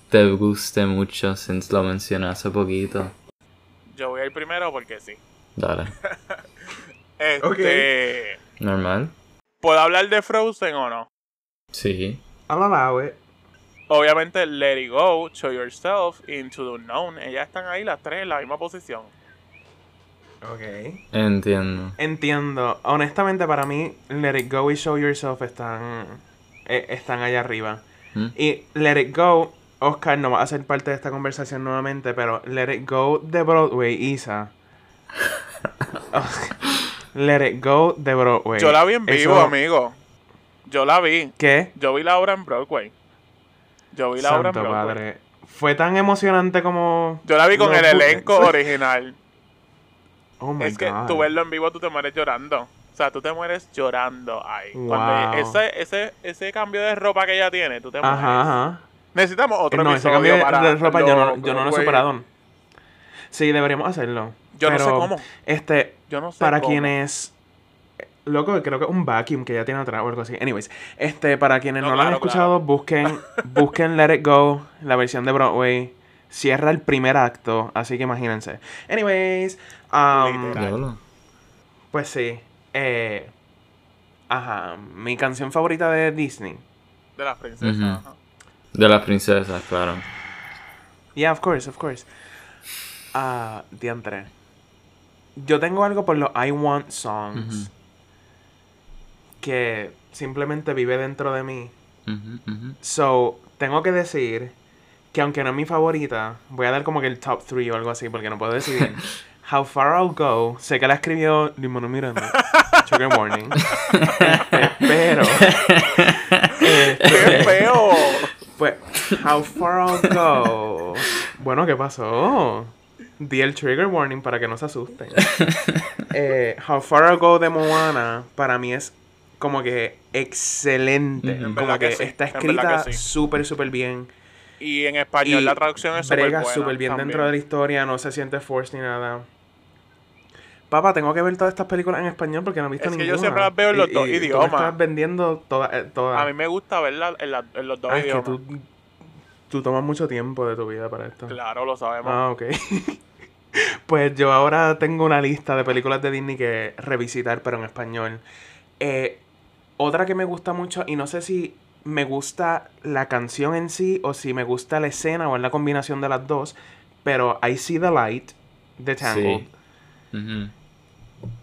te guste mucho since lo mencioné hace poquito.
Yo voy a ir primero porque sí.
Dale.
Este.
¿Normal?
¿Puedo hablar de Frozen o no?
Sí.
I'll allow it.
Obviamente, Let It Go, Show Yourself, Into the Unknown. Ellas están ahí las tres en la misma posición.
Ok.
Entiendo.
Entiendo. Honestamente, para mí, Let It Go y Show Yourself están, eh, están allá arriba.
¿Mm?
Y Let It Go, Oscar no va a ser parte de esta conversación nuevamente, pero Let It Go de Broadway, Isa. Let It Go de Broadway.
Yo la vi en vivo,
Pues, Eso-
amigo. Yo la vi.
¿Qué?
Yo vi la obra en Broadway. Yo vi la obra en
Santo
Broadway.
padre. Fue tan emocionante como.
Yo la vi con
No,
el
pude.
elenco original.
Oh my
es que
God.
tú verlo en vivo, tú te mueres llorando. O sea, tú te mueres llorando ahí.
Wow.
Cuando ese, ese, ese cambio de ropa que ella tiene, tú te mueres.
Ajá, ajá.
Necesitamos otro
no, ese
episodio
cambio de,
para
de ropa yo no,
los
yo no lo he
Broadway.
superado. Sí, deberíamos hacerlo.
Yo no sé
Pero,
cómo.
Este,
Yo no sé
para
cómo.
quienes. Loco, creo que es un vacuum que ya tiene atrás o algo así. Anyways, este, para quienes
No,
no, lo han
claro,
escuchado, busquen, busquen Let It Go, la versión de Broadway. Cierra el primer acto, así que imagínense. Anyways, um,
Literal.
Diablo.
pues sí. eh, ajá, mi canción favorita de Disney.
De las princesas.
Ujú.
ajá.
De las princesas, claro.
Yeah, of course, of course. Ah, diantre. Yo tengo algo por los I Want Songs.
Ujú.
Que simplemente vive dentro de mí.
Ujú, ujú.
So, tengo que decir que aunque no es mi favorita, voy a dar como que el top 3 o algo así, porque no puedo decidir. How Far I'll Go, sé que la escribió Limono Miranda. Trigger warning. Este, pero.
¡Qué
este,
feo!
pues, How Far I'll Go. Bueno, ¿qué pasó? Di el trigger warning para que no se asusten. Eh, How Far I'll Go de Moana para mí es como que excelente.
Ujú. En
Como
verdad
que,
que sí,
está
en verdad
escrita
que sí.
súper, súper bien.
Y en español
Y
la traducción es súper
Brega
buena.
súper bien
también.
dentro de la historia, no se siente forced ni nada. Papá, tengo que ver todas estas películas en español porque no he visto
Es que yo
ninguna.
siempre las veo en los
Y-
dos
y tú me
idiomas.
estás vendiendo todas. eh, todas.
A mí me gusta verla en, la- en los dos
Ah, es que
idiomas.
tú, tú tomas mucho tiempo de tu vida para esto.
Claro, lo sabemos.
Ah, ok. pues yo ahora tengo una lista de películas de Disney que revisitar, pero en español. Eh, otra que me gusta mucho, y no sé si me gusta la canción en sí, o si me gusta la escena, o es la combinación de las dos, pero I See the Light de Tangled.
Sí. Ujú.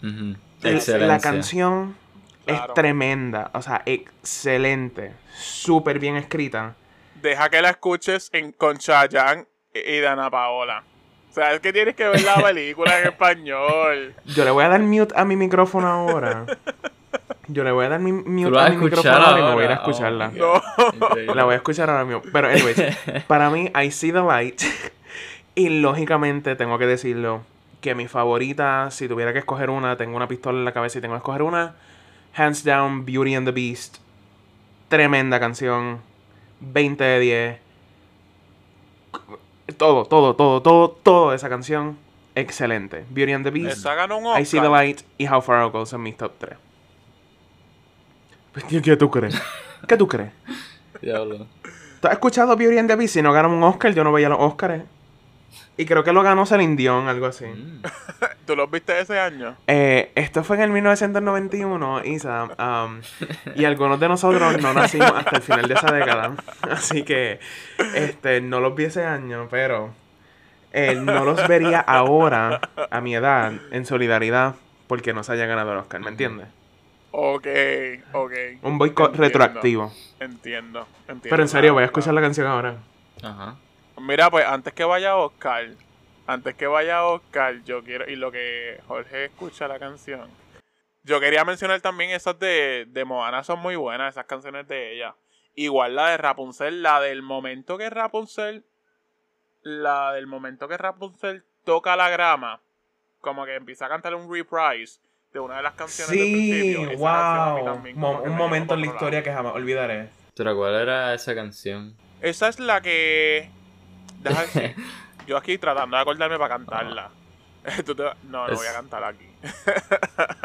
Ujú.
La- La
Excelencia.
canción
Claro.
es tremenda, o sea, excelente, súper bien escrita.
Deja que la escuches en, con Chayanne y Dana Paola. sea, es que tienes que ver la película en español.
Yo le voy a dar mute a mi micrófono ahora. Yo le voy a dar mi mute
vas
a
a
mi
escuchar
micrófono ahora y me voy a ir a
ahora. Oh,
escucharla.
Dios.
No.
Increíble.
La voy a escuchar ahora mismo. Pero, anyways, para mí, I see the light. Y lógicamente, tengo que decirlo, que mi favorita, si tuviera que escoger una, tengo una pistola en la cabeza y tengo que escoger una. Hands down, Beauty and the Beast. Tremenda canción. 20 de 10. Todo, todo, todo, todo, todo de esa canción. Excelente. Beauty and the Beast.
Esa ganó un
I See the
Oscar.
Light y How Far I'll Go son mis top 3. Pues, ¿Qué tú crees? ¿Qué tú crees?
Diablo.
¿Tú has escuchado Beauty and the Beast? Si no ganó un Oscar, yo no veía los Oscars. Y creo que lo ganó Celine Dion, algo así.
Mm.
¿Tú los viste ese año?
Eh, esto fue en el 1991, Isa. um, y algunos de nosotros no nacimos hasta el final de esa década. Así que este, no los vi ese año, pero eh, no los vería ahora, a mi edad, en solidaridad, porque no se haya ganado el Oscar, ¿me entiendes?
Ok, ok.
Un boicot
Entiendo.
retroactivo.
Entiendo, entiendo.
Pero en serio, voy a escuchar la canción ahora.
Ajá.
Mira, pues antes que vaya Oscar, antes que vaya Oscar, yo quiero, y lo que Jorge escucha la canción, yo quería mencionar también esas de, de Moana, son muy buenas, esas canciones de ella. Igual la de Rapunzel, la del momento que Rapunzel, la del momento que Rapunzel toca la grama, como que empieza a cantar un reprise de una de las canciones del
Sí,
principio. Esa canción a mí
wow.
también
Mo-
como que
un
me
momento en la
llevó para otro lado.
historia que jamás olvidaré.
¿Pero cuál era esa canción?
Esa es la que. Deja ver si- Yo aquí tratando de acordarme para cantarla. Tú te- No, no voy a
Ah. Es-
cantar aquí.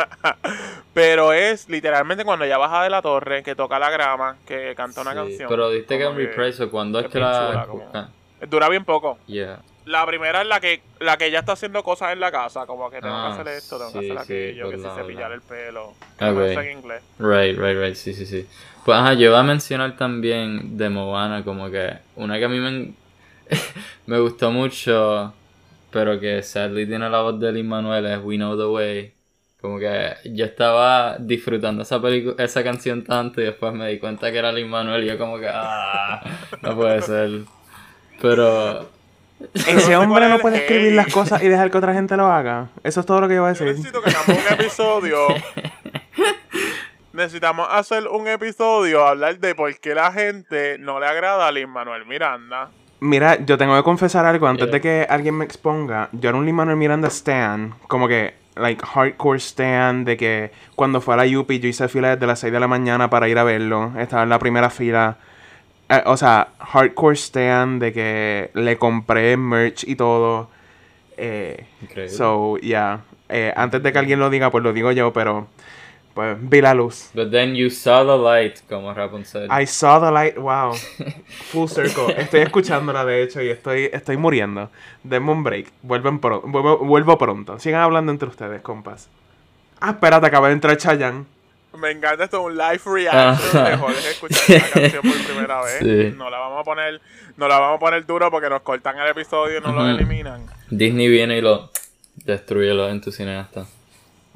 pero es literalmente cuando ya baja de la torre, que toca la grama, que canta una
Sí,
canción.
Pero diste que
como
un reprise, o ¿cuándo es
es
que
bien
la. ah,
chula, como- Dura bien poco.
Yeah.
La primera es la que la que ya está haciendo cosas en la casa, como que tengo
Ah,
que hacer esto, tengo
sí,
que hacer
sí,
aquello, que
verdad,
si cepillar
verdad.
el pelo. que
Ah,
no
güey.
sé en inglés.
Right, right, right, sí, sí, sí. Pues ajá, yo iba a mencionar también de Moana, como que una que a mí me, en- me gustó mucho, pero que sadly tiene la voz de Lin Manuel, es We Know the Way. Como que yo estaba disfrutando esa pelicu- esa canción tanto y después me di cuenta que era Lin Manuel y yo como que, ah, no puede ser. Pero,
no sé
Ese hombre
cuál
no
es
puede
el
escribir
hate.
las cosas y dejar que otra gente lo haga. Eso es todo lo que yo voy a
Yo
decir.
necesito que hagamos un episodio. Necesitamos hacer un episodio, hablar de por qué la gente no le agrada a Lin Manuel Miranda.
Mira, yo tengo que confesar algo antes
Yeah.
de que alguien me exponga. Yo era un Lin Manuel Miranda Stan, como que, like, hardcore Stan, de que cuando fue a la UPI yo hice fila desde las 6 de la mañana para ir a verlo. Estaba en la primera fila. Eh, o sea, hardcore Stan, de que le compré merch y todo. Eh,
increíble.
so, yeah. Eh, antes de que alguien lo diga, pues lo digo yo, pero pues vi la luz.
But then you saw the light, como Rapunzel.
I saw the light, wow. Full circle. Estoy escuchándola de hecho y estoy, estoy muriendo. Denme un break. Vuelven pro- vuelvo, vuelvo pronto. Sigan hablando entre ustedes, compas. Ah, espérate, acaba de entrar Chayanne.
Me encanta esto, un live reaction de Jorge escuchar la canción por primera vez.
Ah. Sí.
No la vamos a poner, no la vamos a poner duro porque nos cortan el episodio y no lo
Ujú.
eliminan.
Disney viene y lo destruye lo en tu cineasta.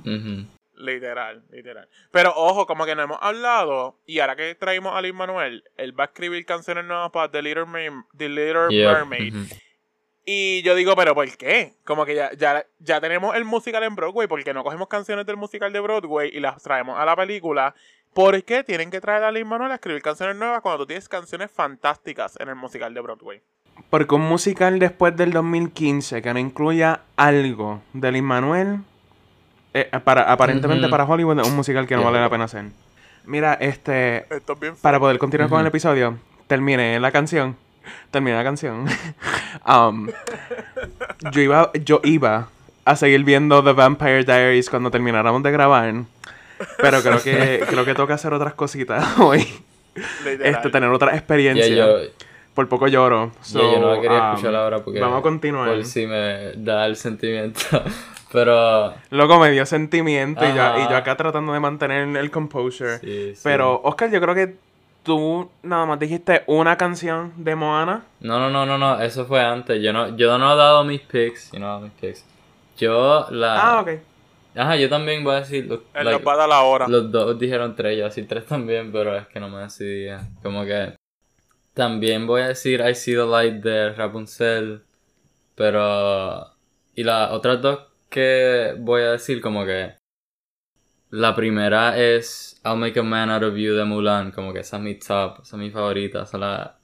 Ujú.
Literal, literal. Pero ojo, como que no hemos hablado, y ahora que traímos a Lin Manuel, él va a escribir canciones nuevas para The Little, Merm- The Little
Yep,
Mermaid.
ujú.
Y yo digo, ¿pero por qué? Como que ya, ya, ya tenemos el musical en Broadway, ¿por qué no cogemos canciones del musical de Broadway y las traemos a la película? ¿Por qué tienen que traer a Lin Manuel a escribir canciones nuevas cuando tú tienes canciones fantásticas en el musical de Broadway?
Porque un musical después del 2015 que no incluya algo de Lin Manuel, eh, para, aparentemente
Ujú.
para Hollywood es un musical que no
Yeah.
vale la pena hacer. Mira, este,
Esto es bien
para poder continuar con
Ujú.
el episodio, terminé la canción. Terminé la canción. Um, yo, iba, yo iba a seguir viendo The Vampire Diaries cuando termináramos de grabar. Pero creo que, creo que toca hacer otras cositas hoy.
literal.
Este, tener otra experiencia.
Ya yo,
Por poco lloro.
ya
So,
yo no la quería
um,
escuchar ahora porque
Vamos a continuar.
por si me da el sentimiento. Pero
Loco, me dio sentimiento y yo,
Ajá.
y yo acá tratando de mantener el composure.
sí, sí.
Pero, Oscar, yo creo que tú nada más dijiste una canción de Moana.
No, no, no, no, no, eso fue antes. Yo no, yo no he dado mis picks, yo no he dado mis picks. Yo la
Ah, ok.
Ajá, yo también voy a decir lo-
Él
like,
nos va a dar la hora.
Los dos dijeron tres, yo así tres también, pero es que no me decidía. Como que. También voy a decir I See the Light de Rapunzel. Pero. Y las otras dos que voy a decir, como que. La primera es I'll Make a Man Out of You de Mulan, como que esa es mi top, esa es mi favorita, esa es la.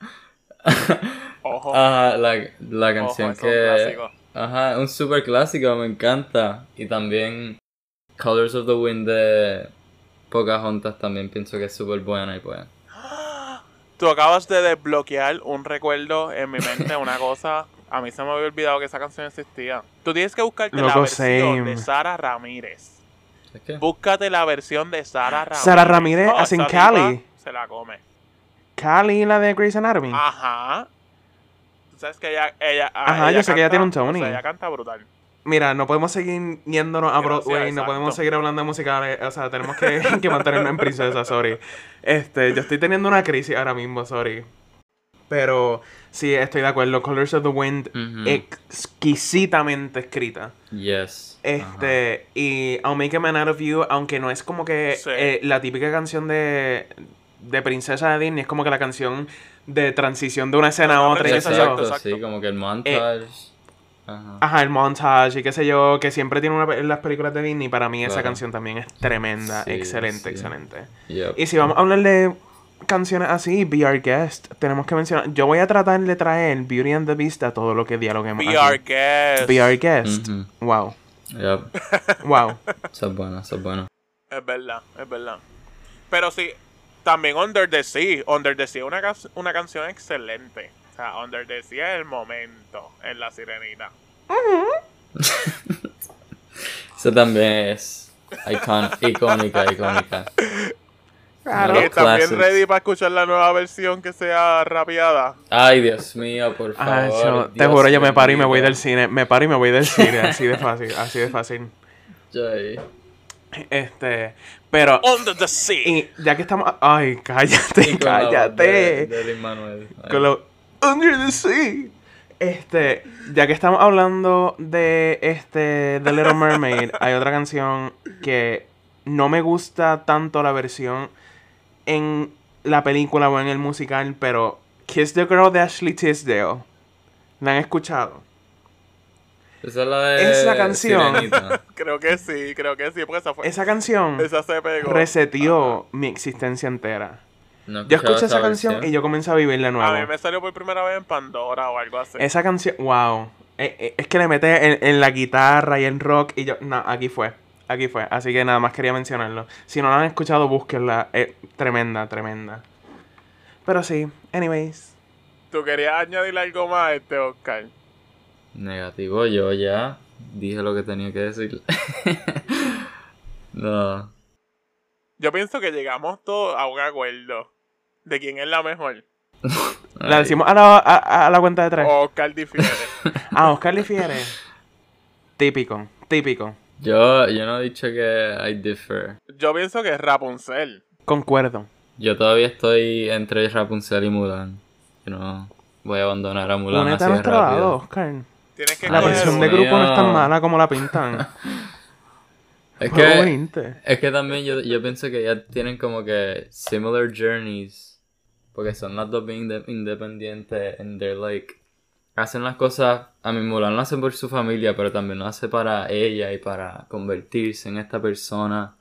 Ojo.
Ah,
Ajá, la, la
Oh. ojo,
canción
es un
que.
clásico.
Ajá, un super clásico, me encanta. Y también Colors of the Wind de Pocahontas también pienso que es súper buena y pues.
Tú acabas de desbloquear un recuerdo en mi mente, una cosa. A mí se me había olvidado que esa canción existía. Tú tienes que buscarte la
Loco,
versión
same.
de Sara Ramírez.
¿Es que?
Búscate la versión de Sara Ramírez. Oh,
Sara Ramírez, as in
esa
Cali. Mm.
tipa Se la come.
Cali, la de Grey's Anatomy.
Ah. Ajá. Tú sabes que ella. ella ah,
Ajá,
ella
yo sé que ella tiene un Tony.
O sea, ella canta brutal.
Mira, no podemos seguir yéndonos a
Gracias,
Broadway, no
exacto.
podemos seguir hablando de musicales, o sea, tenemos que, que mantenernos en princesa, sorry. Este, yo estoy teniendo una crisis ahora mismo, sorry. Pero sí, estoy de acuerdo, Colors of the Wind,
Ujú.
exquisitamente escrita.
Yes. ajá.
Este, y I'll Make a Man Out of You, aunque no es como que
Sí.
eh, la típica canción de, de princesa de Disney, es como que la canción de transición de una escena a otra y qué sé yo.
Exacto,
exacto.
sí, como que
Eh,
el montage. ajá.
Ajá, el montage y qué sé yo, que siempre tiene una, en las películas de Disney. Para mí esa
Claro.
canción también es tremenda,
Sí,
excelente,
sí.
excelente.
Yep.
Y si vamos a hablar de canciones así, Be Our Guest, tenemos que mencionar. Yo voy a tratar de traer Beauty and the Beast a todo lo que dialoguemos.
Be
aquí.
our guest.
Be Our Guest.
Ujú.
Wow,
Yep.
wow.
Esa es buena, esa es buena.
Es verdad, es verdad. Pero sí, también Under the Sea. Under the Sea es una, cas- una canción excelente. O sea, Under the Sea es el momento en La Sirenita.
Esa también es icon- icónica, icónica.
Y
Los
también
classics.
ready para escuchar la nueva versión que sea rapeada.
Ay, Dios mío, por favor.
Ay, Ah, yo- te
Dios
juro, yo me paro y me voy del
bendito.
cine. Me paro y me voy del cine, así de fácil, así de fácil.
Jay.
Este, pero.
Under the Sea.
y ya que estamos. Ay, cállate,
Y con la voz
cállate.
De, de Lin Manuel.
Con lo- Under the Sea. Este, ya que estamos hablando de este The Little Mermaid, hay otra canción que no me gusta tanto la versión en la película o en el musical, pero Kiss the Girl de Ashley Tisdale. ¿La han escuchado?
Esa es la de.
Esa canción.
Sirenita.
Creo que sí, creo que sí, porque esa fue.
Esa canción
Pues, Esa se pegó.
reseteó mi existencia entera.
No he
Yo
escuchado
escuché esa canción
versión.
y yo comencé a vivirla de nuevo.
A mí me salió por primera vez en Pandora o algo así.
Esa canción, wow. Eh, eh, Es que le metes en, en la guitarra y en rock y yo, no, aquí fue, aquí fue. Así que nada más quería mencionarlo. Si no la han escuchado, búsquenla. Es tremenda, tremenda. Pero sí, anyways.
¿Tú querías añadir algo más a este Oscar?
Negativo, yo ya dije lo que tenía que decir. no.
Yo pienso que llegamos todos a un acuerdo de quién es la mejor.
La
Ay, Oh.
decimos a la, a- a la cuenta de tres.
Oscar difiere.
Ah, Oscar Lifiere. típico, típico.
Yo, yo no he dicho que I differ.
Yo pienso que es Rapunzel.
Concuerdo.
Yo todavía estoy entre Rapunzel y Mulan. Yo no voy a abandonar a Mulan
Únete
así
a
de
nuestro
rápido.
lado, Oscar.
Tienes que
La
Dios
versión de
coger
mío.
grupo no es tan mala como la pintan.
Es
Puedo
que,
venirte.
es que también yo, yo pienso que ya tienen como que similar journeys. Porque son las dos bien inde- independientes. And they're like. Hacen las cosas. A mi Mulan lo hace por su familia, pero también lo hace para ella y para convertirse en esta persona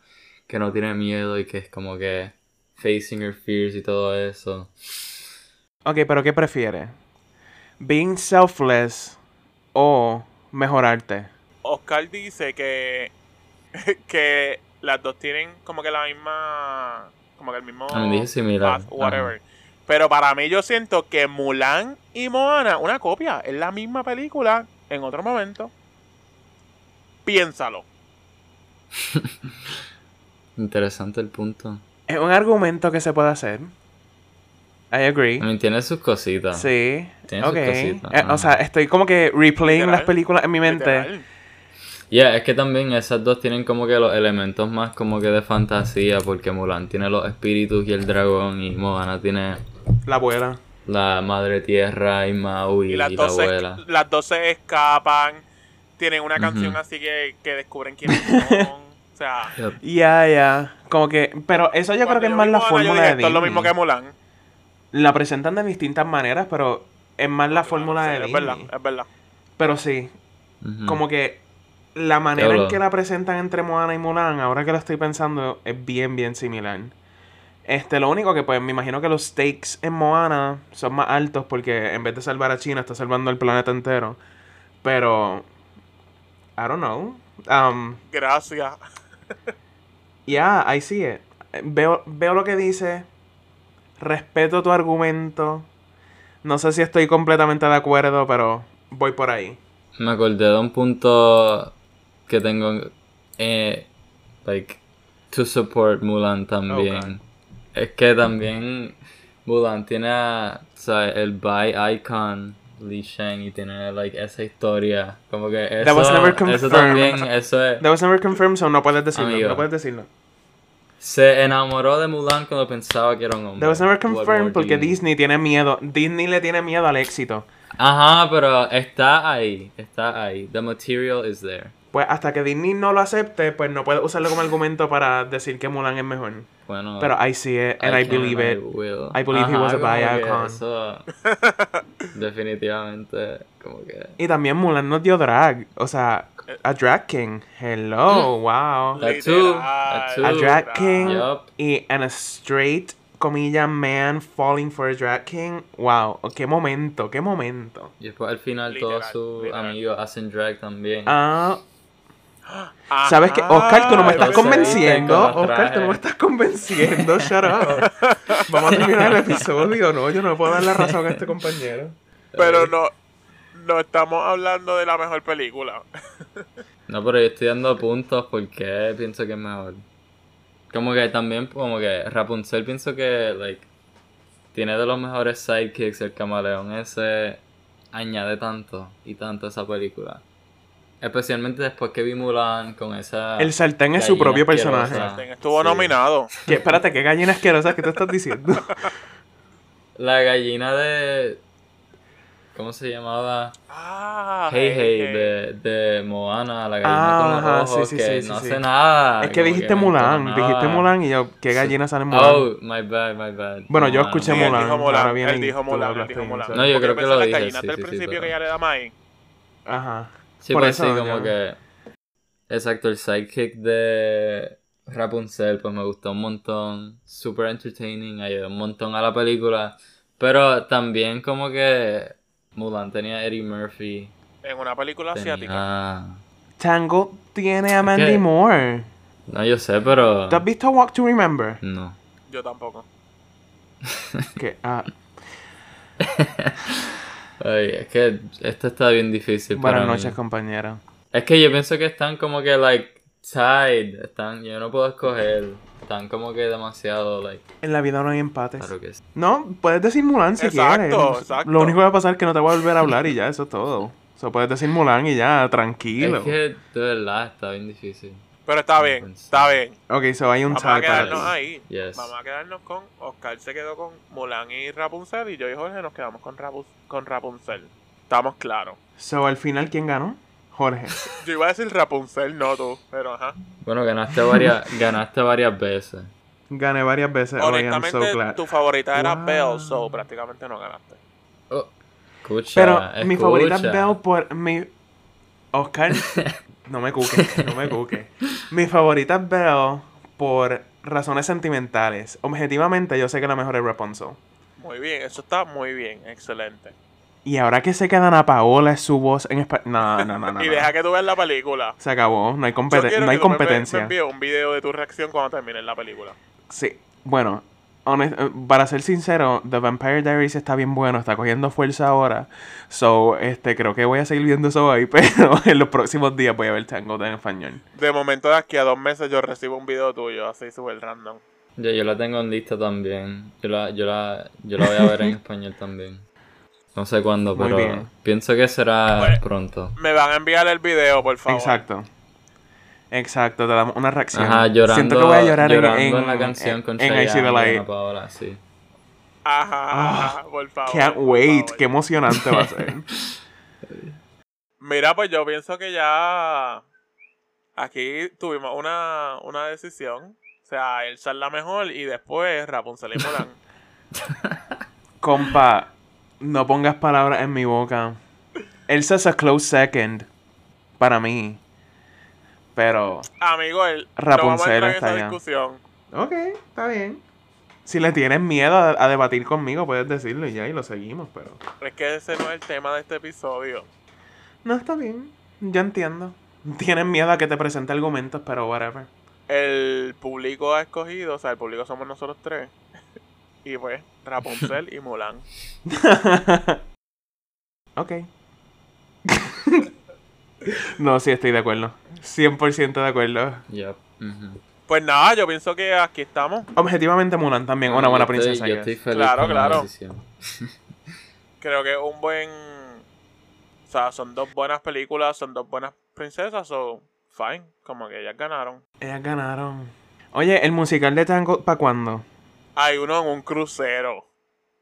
que no tiene miedo y que es como que. Facing her fears y todo eso.
Ok, pero ¿qué prefieres? ¿Being selfless o mejorarte?
Oscar dice que, que las dos tienen como que la misma. Como que el mismo.
A mí Ah, dije similar.
path, whatever. Pero para mí yo siento que Mulan y Moana, una copia, es la misma película en otro momento. Piénsalo.
Ajá. Interesante el punto.
Es un argumento que se puede hacer. I agree.
I mean, tiene sus cositas.
Sí.
Tiene sus
Ok.
cositas,
Eh,
ajá.
o sea, estoy como que replaying
Literal,
las películas en mi mente.
Literal.
Yeah, es que también esas dos tienen como que los elementos más como que de fantasía, porque Mulan tiene los espíritus y el dragón, y Moana tiene
La abuela.
la madre tierra y Maui
Y
y,
las
la
dos, se,
abuela.
las dos se escapan. Tienen una canción
Ujú.
así que, que descubren quiénes son. o sea,
Ya, ya. Como que. Pero eso yo creo
cuando
que es más
vi
la
Moana, yo
fórmula
dije,
de
Esto es lo
Disney.
mismo que Mulan.
La presentan de distintas maneras, pero es más la fórmula
Sí,
de
Es
Disney.
verdad, es verdad.
Pero sí,
Ujú.
como que la manera en
Mm. Diablo.
que la presentan entre Moana y Mulan, ahora que lo estoy pensando, es bien, bien similar. Este, lo único que pues me imagino que los stakes en Moana son más altos porque en vez de salvar a China está salvando al planeta entero. Pero I don't know. Um,
Gracias.
Yeah, I see it. Eh, Veo, veo lo que dice. Respeto tu argumento. No sé si estoy completamente de acuerdo, pero voy por ahí.
Me acordé de un punto que tengo eh, like to support Mulan también. Es que también Mulan tiene a- o sea, el by icon Li Shang y tiene like esa historia. Como que eso,
was never
eso
confirmed.
también, eso es.
That was never confirmed, so no puedes decirlo.
Amigo.
No puedes decirlo.
Se enamoró de Mulan cuando pensaba que era un hombre.
That was never
What more
confirmed
do
porque
you need?
Disney tiene miedo. Disney le tiene miedo al éxito.
Ajá, pero está ahí, está ahí. The material is there.
Pues hasta que Disney no lo acepte, pues no puedes usarlo como argumento para decir que Mulan es mejor.
Bueno,
Pero I see it, and I,
can
believe
and
it.
I will.
I believe he was a
como que
bi-icon.
eso- definitivamente, como que.
Y también Mulan nos dio drag. O sea, a drag king. Hello, wow.
A two, a
Literal.
two.
A drag king
Yup.
y and a straight, comilla, man falling for a drag king. Wow, qué momento, qué momento.
Y después al final todos
Literal,
sus
literal.
amigos hacen drag también.
Ah, ¿sabes qué? Oscar, tú no me estás
Entonces, tengo
convenciendo.
los
Oscar, tú no me
trajes.
estás convenciendo. Shut up. Vamos a terminar el episodio, ¿no? Yo no puedo dar la razón a este compañero.
Pero no, no estamos hablando de la mejor película.
No, pero yo estoy dando puntos porque pienso que es mejor. Como que también, como que Rapunzel pienso que, like, tiene de los mejores sidekicks, el camaleón ese añade tanto y tanto a esa película. Especialmente después que vi Mulan con esa...
El sartén es su
Ah, gallina
propio
asquerosa.
personaje.
Estuvo
Ah. Sí.
nominado.
¿Qué? Espérate, qué gallina asquerosa que tú estás diciendo.
La gallina de... ¿Cómo se llamaba?
Ah,
Hey Hey,
Hey.
de, de Moana, la
Ah,
gallina con los
ajá, sí,
ojos
sí,
que
sí,
no
sí,
hace
sí.
nada.
es que
como
dijiste
no
Mulan,
entona
dijiste
nada.
Mulan y yo, qué
Sí.
gallina sale en Mulan.
Oh, my bad, my bad.
Bueno, yo
Moana.
escuché
Sí, él
Mulan,
dijo
ahora
Molan,
viene
él
y
dijo
tú
Molan, él
hablaste
dijo
bien,
Molan.
¿sabes?
No, yo
Porque
creo que
pensé
lo
las
dije,
gallinas
sí,
del
sí, sí,
principio que
total.
ella le da maíz.
Ajá.
Sí,
Por
pues sí,
eso,
como
ya.
que. Exacto, el sidekick de Rapunzel, pues me gustó un montón. Super entertaining, ayudó un montón a la película. Pero también, como que. Mulan tenía a Eddie Murphy.
En una película asiática.
Tenía...
Tango tiene a Mandy
que- Ah.
Moore.
No, yo sé, pero.
¿Tú has visto Walk to Remember?
No.
Yo tampoco.
Que, ah,
Ay, es que esto está bien difícil.
buenas
para mí.
noches, compañero.
Es que yo pienso que están como que, like, tied. Están, yo no puedo escoger. Están como que demasiado, like,
En la vida no hay empates.
claro que sí.
No, puedes decir Mulan si
Exacto,
quieres. No-
exacto.
Lo único que va a pasar es que no te voy a volver a hablar y ya, eso es todo. O sea, puedes decir Mulan y ya, tranquilo.
Es que, de verdad, está bien difícil.
Pero está bien, está bien.
Ok, so hay un
Vamos a
tie para
quedarnos
ti.
ahí.
Yes.
Vamos a quedarnos con Oscar se quedó con Mulan y Rapunzel y yo y Jorge nos quedamos con, Rapu- con Rapunzel. Estamos claros.
So, al final, ¿quién ganó? Jorge.
Yo iba a decir Rapunzel, no tú, pero ajá.
Bueno, ganaste varias, ganaste varias veces.
Gané varias veces. Oh, I am so
Honestamente,
glad.
tu favorita era
Wow.
Belle, so prácticamente no ganaste.
Oh, escucha,
Pero mi
escucha.
favorita es Belle por mi. Oscar, no me cuques, no me cuques. Mi favorita es Belle por razones sentimentales. Objetivamente, yo sé que la mejor es Rapunzel.
Muy bien, eso está muy bien, excelente.
Y ahora que se quedan a Paola, es su voz en español. No, no, no, no.
y
no.
deja que tú veas la película.
Se acabó, no hay,
Yo
competen-
quiero
no hay
que tú me- Me,
competencia.
envíes un video de tu reacción cuando termines la película.
Sí, bueno, honest- eh, para ser sincero, The Vampire Diaries está bien bueno, está cogiendo fuerza ahora. So, este, creo que voy a seguir viendo eso ahí, pero en los próximos días voy a ver Tango en español.
De momento, de aquí a dos meses, yo recibo un video tuyo, así súper random.
Yo, yo la tengo en lista también. Yo la, yo la, yo la voy a ver en español también. No sé cuándo,
Muy
pero
bien.
pienso que será
Bueno.
pronto.
Me van a enviar el video, por favor.
Exacto. Exacto, te damos una reacción.
Ajá, llorando,
Siento que voy a llorar en-
llorando
en,
en, la canción
en-
con
en I See the
Chayanne y Ana
Light.
Paola, sí.
Ajá,
Ah,
ajá, por favor.
Can't
por
wait,
favor.
qué emocionante va a ser.
Mira, pues yo pienso que ya aquí tuvimos una, una decisión. O sea, Elsa es la mejor y después Rapunzel y Mulan.
Compa, no pongas palabras en mi boca. Elsa es a close second para mí. Pero.
Amigo, el, no vamos a
Rapunzel
entrar en
está
esa
allá.
discusión.
Ok, está bien. Si le tienes miedo a, a debatir conmigo, puedes decirlo y ya, y lo seguimos, pero.
Es que ese no es el tema de este episodio.
No, está bien. Yo entiendo. Tienes miedo a que te presente argumentos, pero whatever.
El público ha escogido, o sea, el público somos nosotros tres. Y pues, Rapunzel y Mulan.
ok. no, sí, estoy de acuerdo. 100% de acuerdo.
Yep. ujú.
Pues nada, yo pienso que aquí estamos.
Objetivamente, Mulan también, una buena
Yo estoy-
princesa.
Yo
yes.
estoy feliz
Claro,
con la
claro.
decisión.
Creo que un buen. O sea, son dos buenas películas, son dos buenas princesas, so fine. Como que ellas ganaron.
Ellas ganaron. Oye, ¿el musical de Tango para cuándo?
Hay uno en un crucero.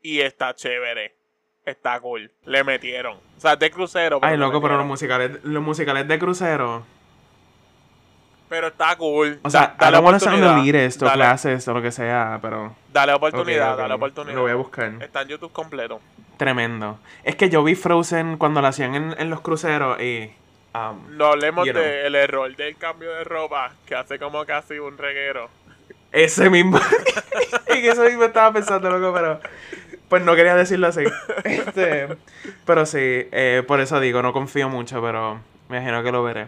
Y está chévere. Está cool. Le metieron. O sea, es de crucero.
Ay,
le
loco, pero los
metieron.
musicales, los musicales de crucero.
Pero está cool.
O
Da-
sea, I
dale
don't wanna sound
oportunidad.
elitist o
dale,
clases o lo que sea, pero...
dale
ok,
oportunidad,
ok.
dale
Lo voy a
oportunidad.
buscar.
Está en YouTube completo.
Tremendo. Es que yo vi Frozen cuando la hacían en, en los cruceros y... um,
No hablemos
You know.
del error del cambio de ropa que hace como casi un reguero.
ese mismo... en eso mismo estaba pensando, loco, pero... Pues no quería decirlo así. Este, pero sí, eh, por eso digo, no confío mucho, pero me imagino que lo veré.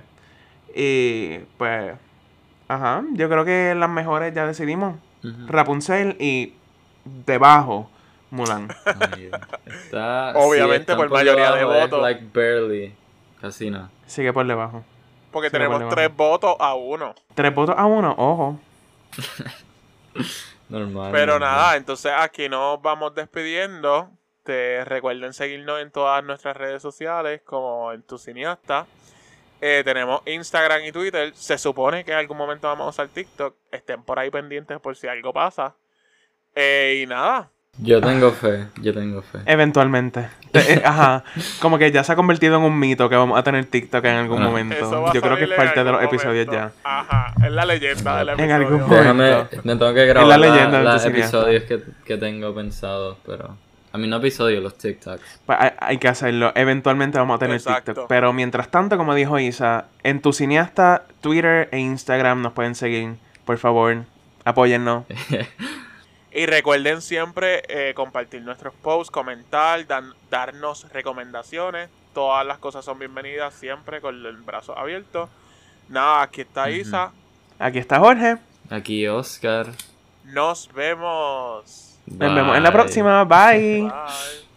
Y pues... Ajá, yo creo que las mejores ya decidimos.
Ujú.
Rapunzel y debajo Mulan.
Ay, está-
Obviamente,
están
por
por
mayoría de
debajo, es
votos.
Like barely. Casi nada.
Sigue por debajo.
Porque
Sí,
tenemos
vale,
tres votos a uno.
Tres votos a uno, ojo.
Normal.
Pero
normal.
nada, entonces aquí nos vamos despidiendo. Te recuerden seguirnos en todas nuestras redes sociales, como en tu cineasta. Eh, tenemos Instagram y Twitter. Se supone que en algún momento vamos a usar TikTok. Estén por ahí pendientes por si algo pasa. Eh, y nada,
Yo tengo fe, yo tengo fe.
Eh, Eventualmente. Te- eh, Ajá. Como que ya se ha convertido en un mito que vamos a tener TikTok en algún
Bueno.
eso va
momento.
a
Yo creo que es
salir en
parte de
algún
los episodios ya.
momento. Ajá, es la leyenda del
En
episodio.
algún momento.
Déjame, me tengo que grabar
la
la
leyenda de
los
tu cineasta.
episodios que, que tengo pensados, pero... A mí no episodios, los TikToks.
Pues hay, hay que hacerlo. Eventualmente vamos a tener
Exacto.
TikTok. Pero mientras tanto, como dijo Isa, en tu cineasta, Twitter e Instagram nos pueden seguir. Por favor, apóyennos.
Y recuerden siempre eh, compartir nuestros posts, comentar, dan- darnos recomendaciones. Todas las cosas son bienvenidas siempre con el brazo abierto. Nada, aquí está
Ujú.
Isa.
Aquí está Jorge.
Aquí Oscar.
Nos vemos.
Nos vemos en la
Bye.
próxima. Bye.
Bye.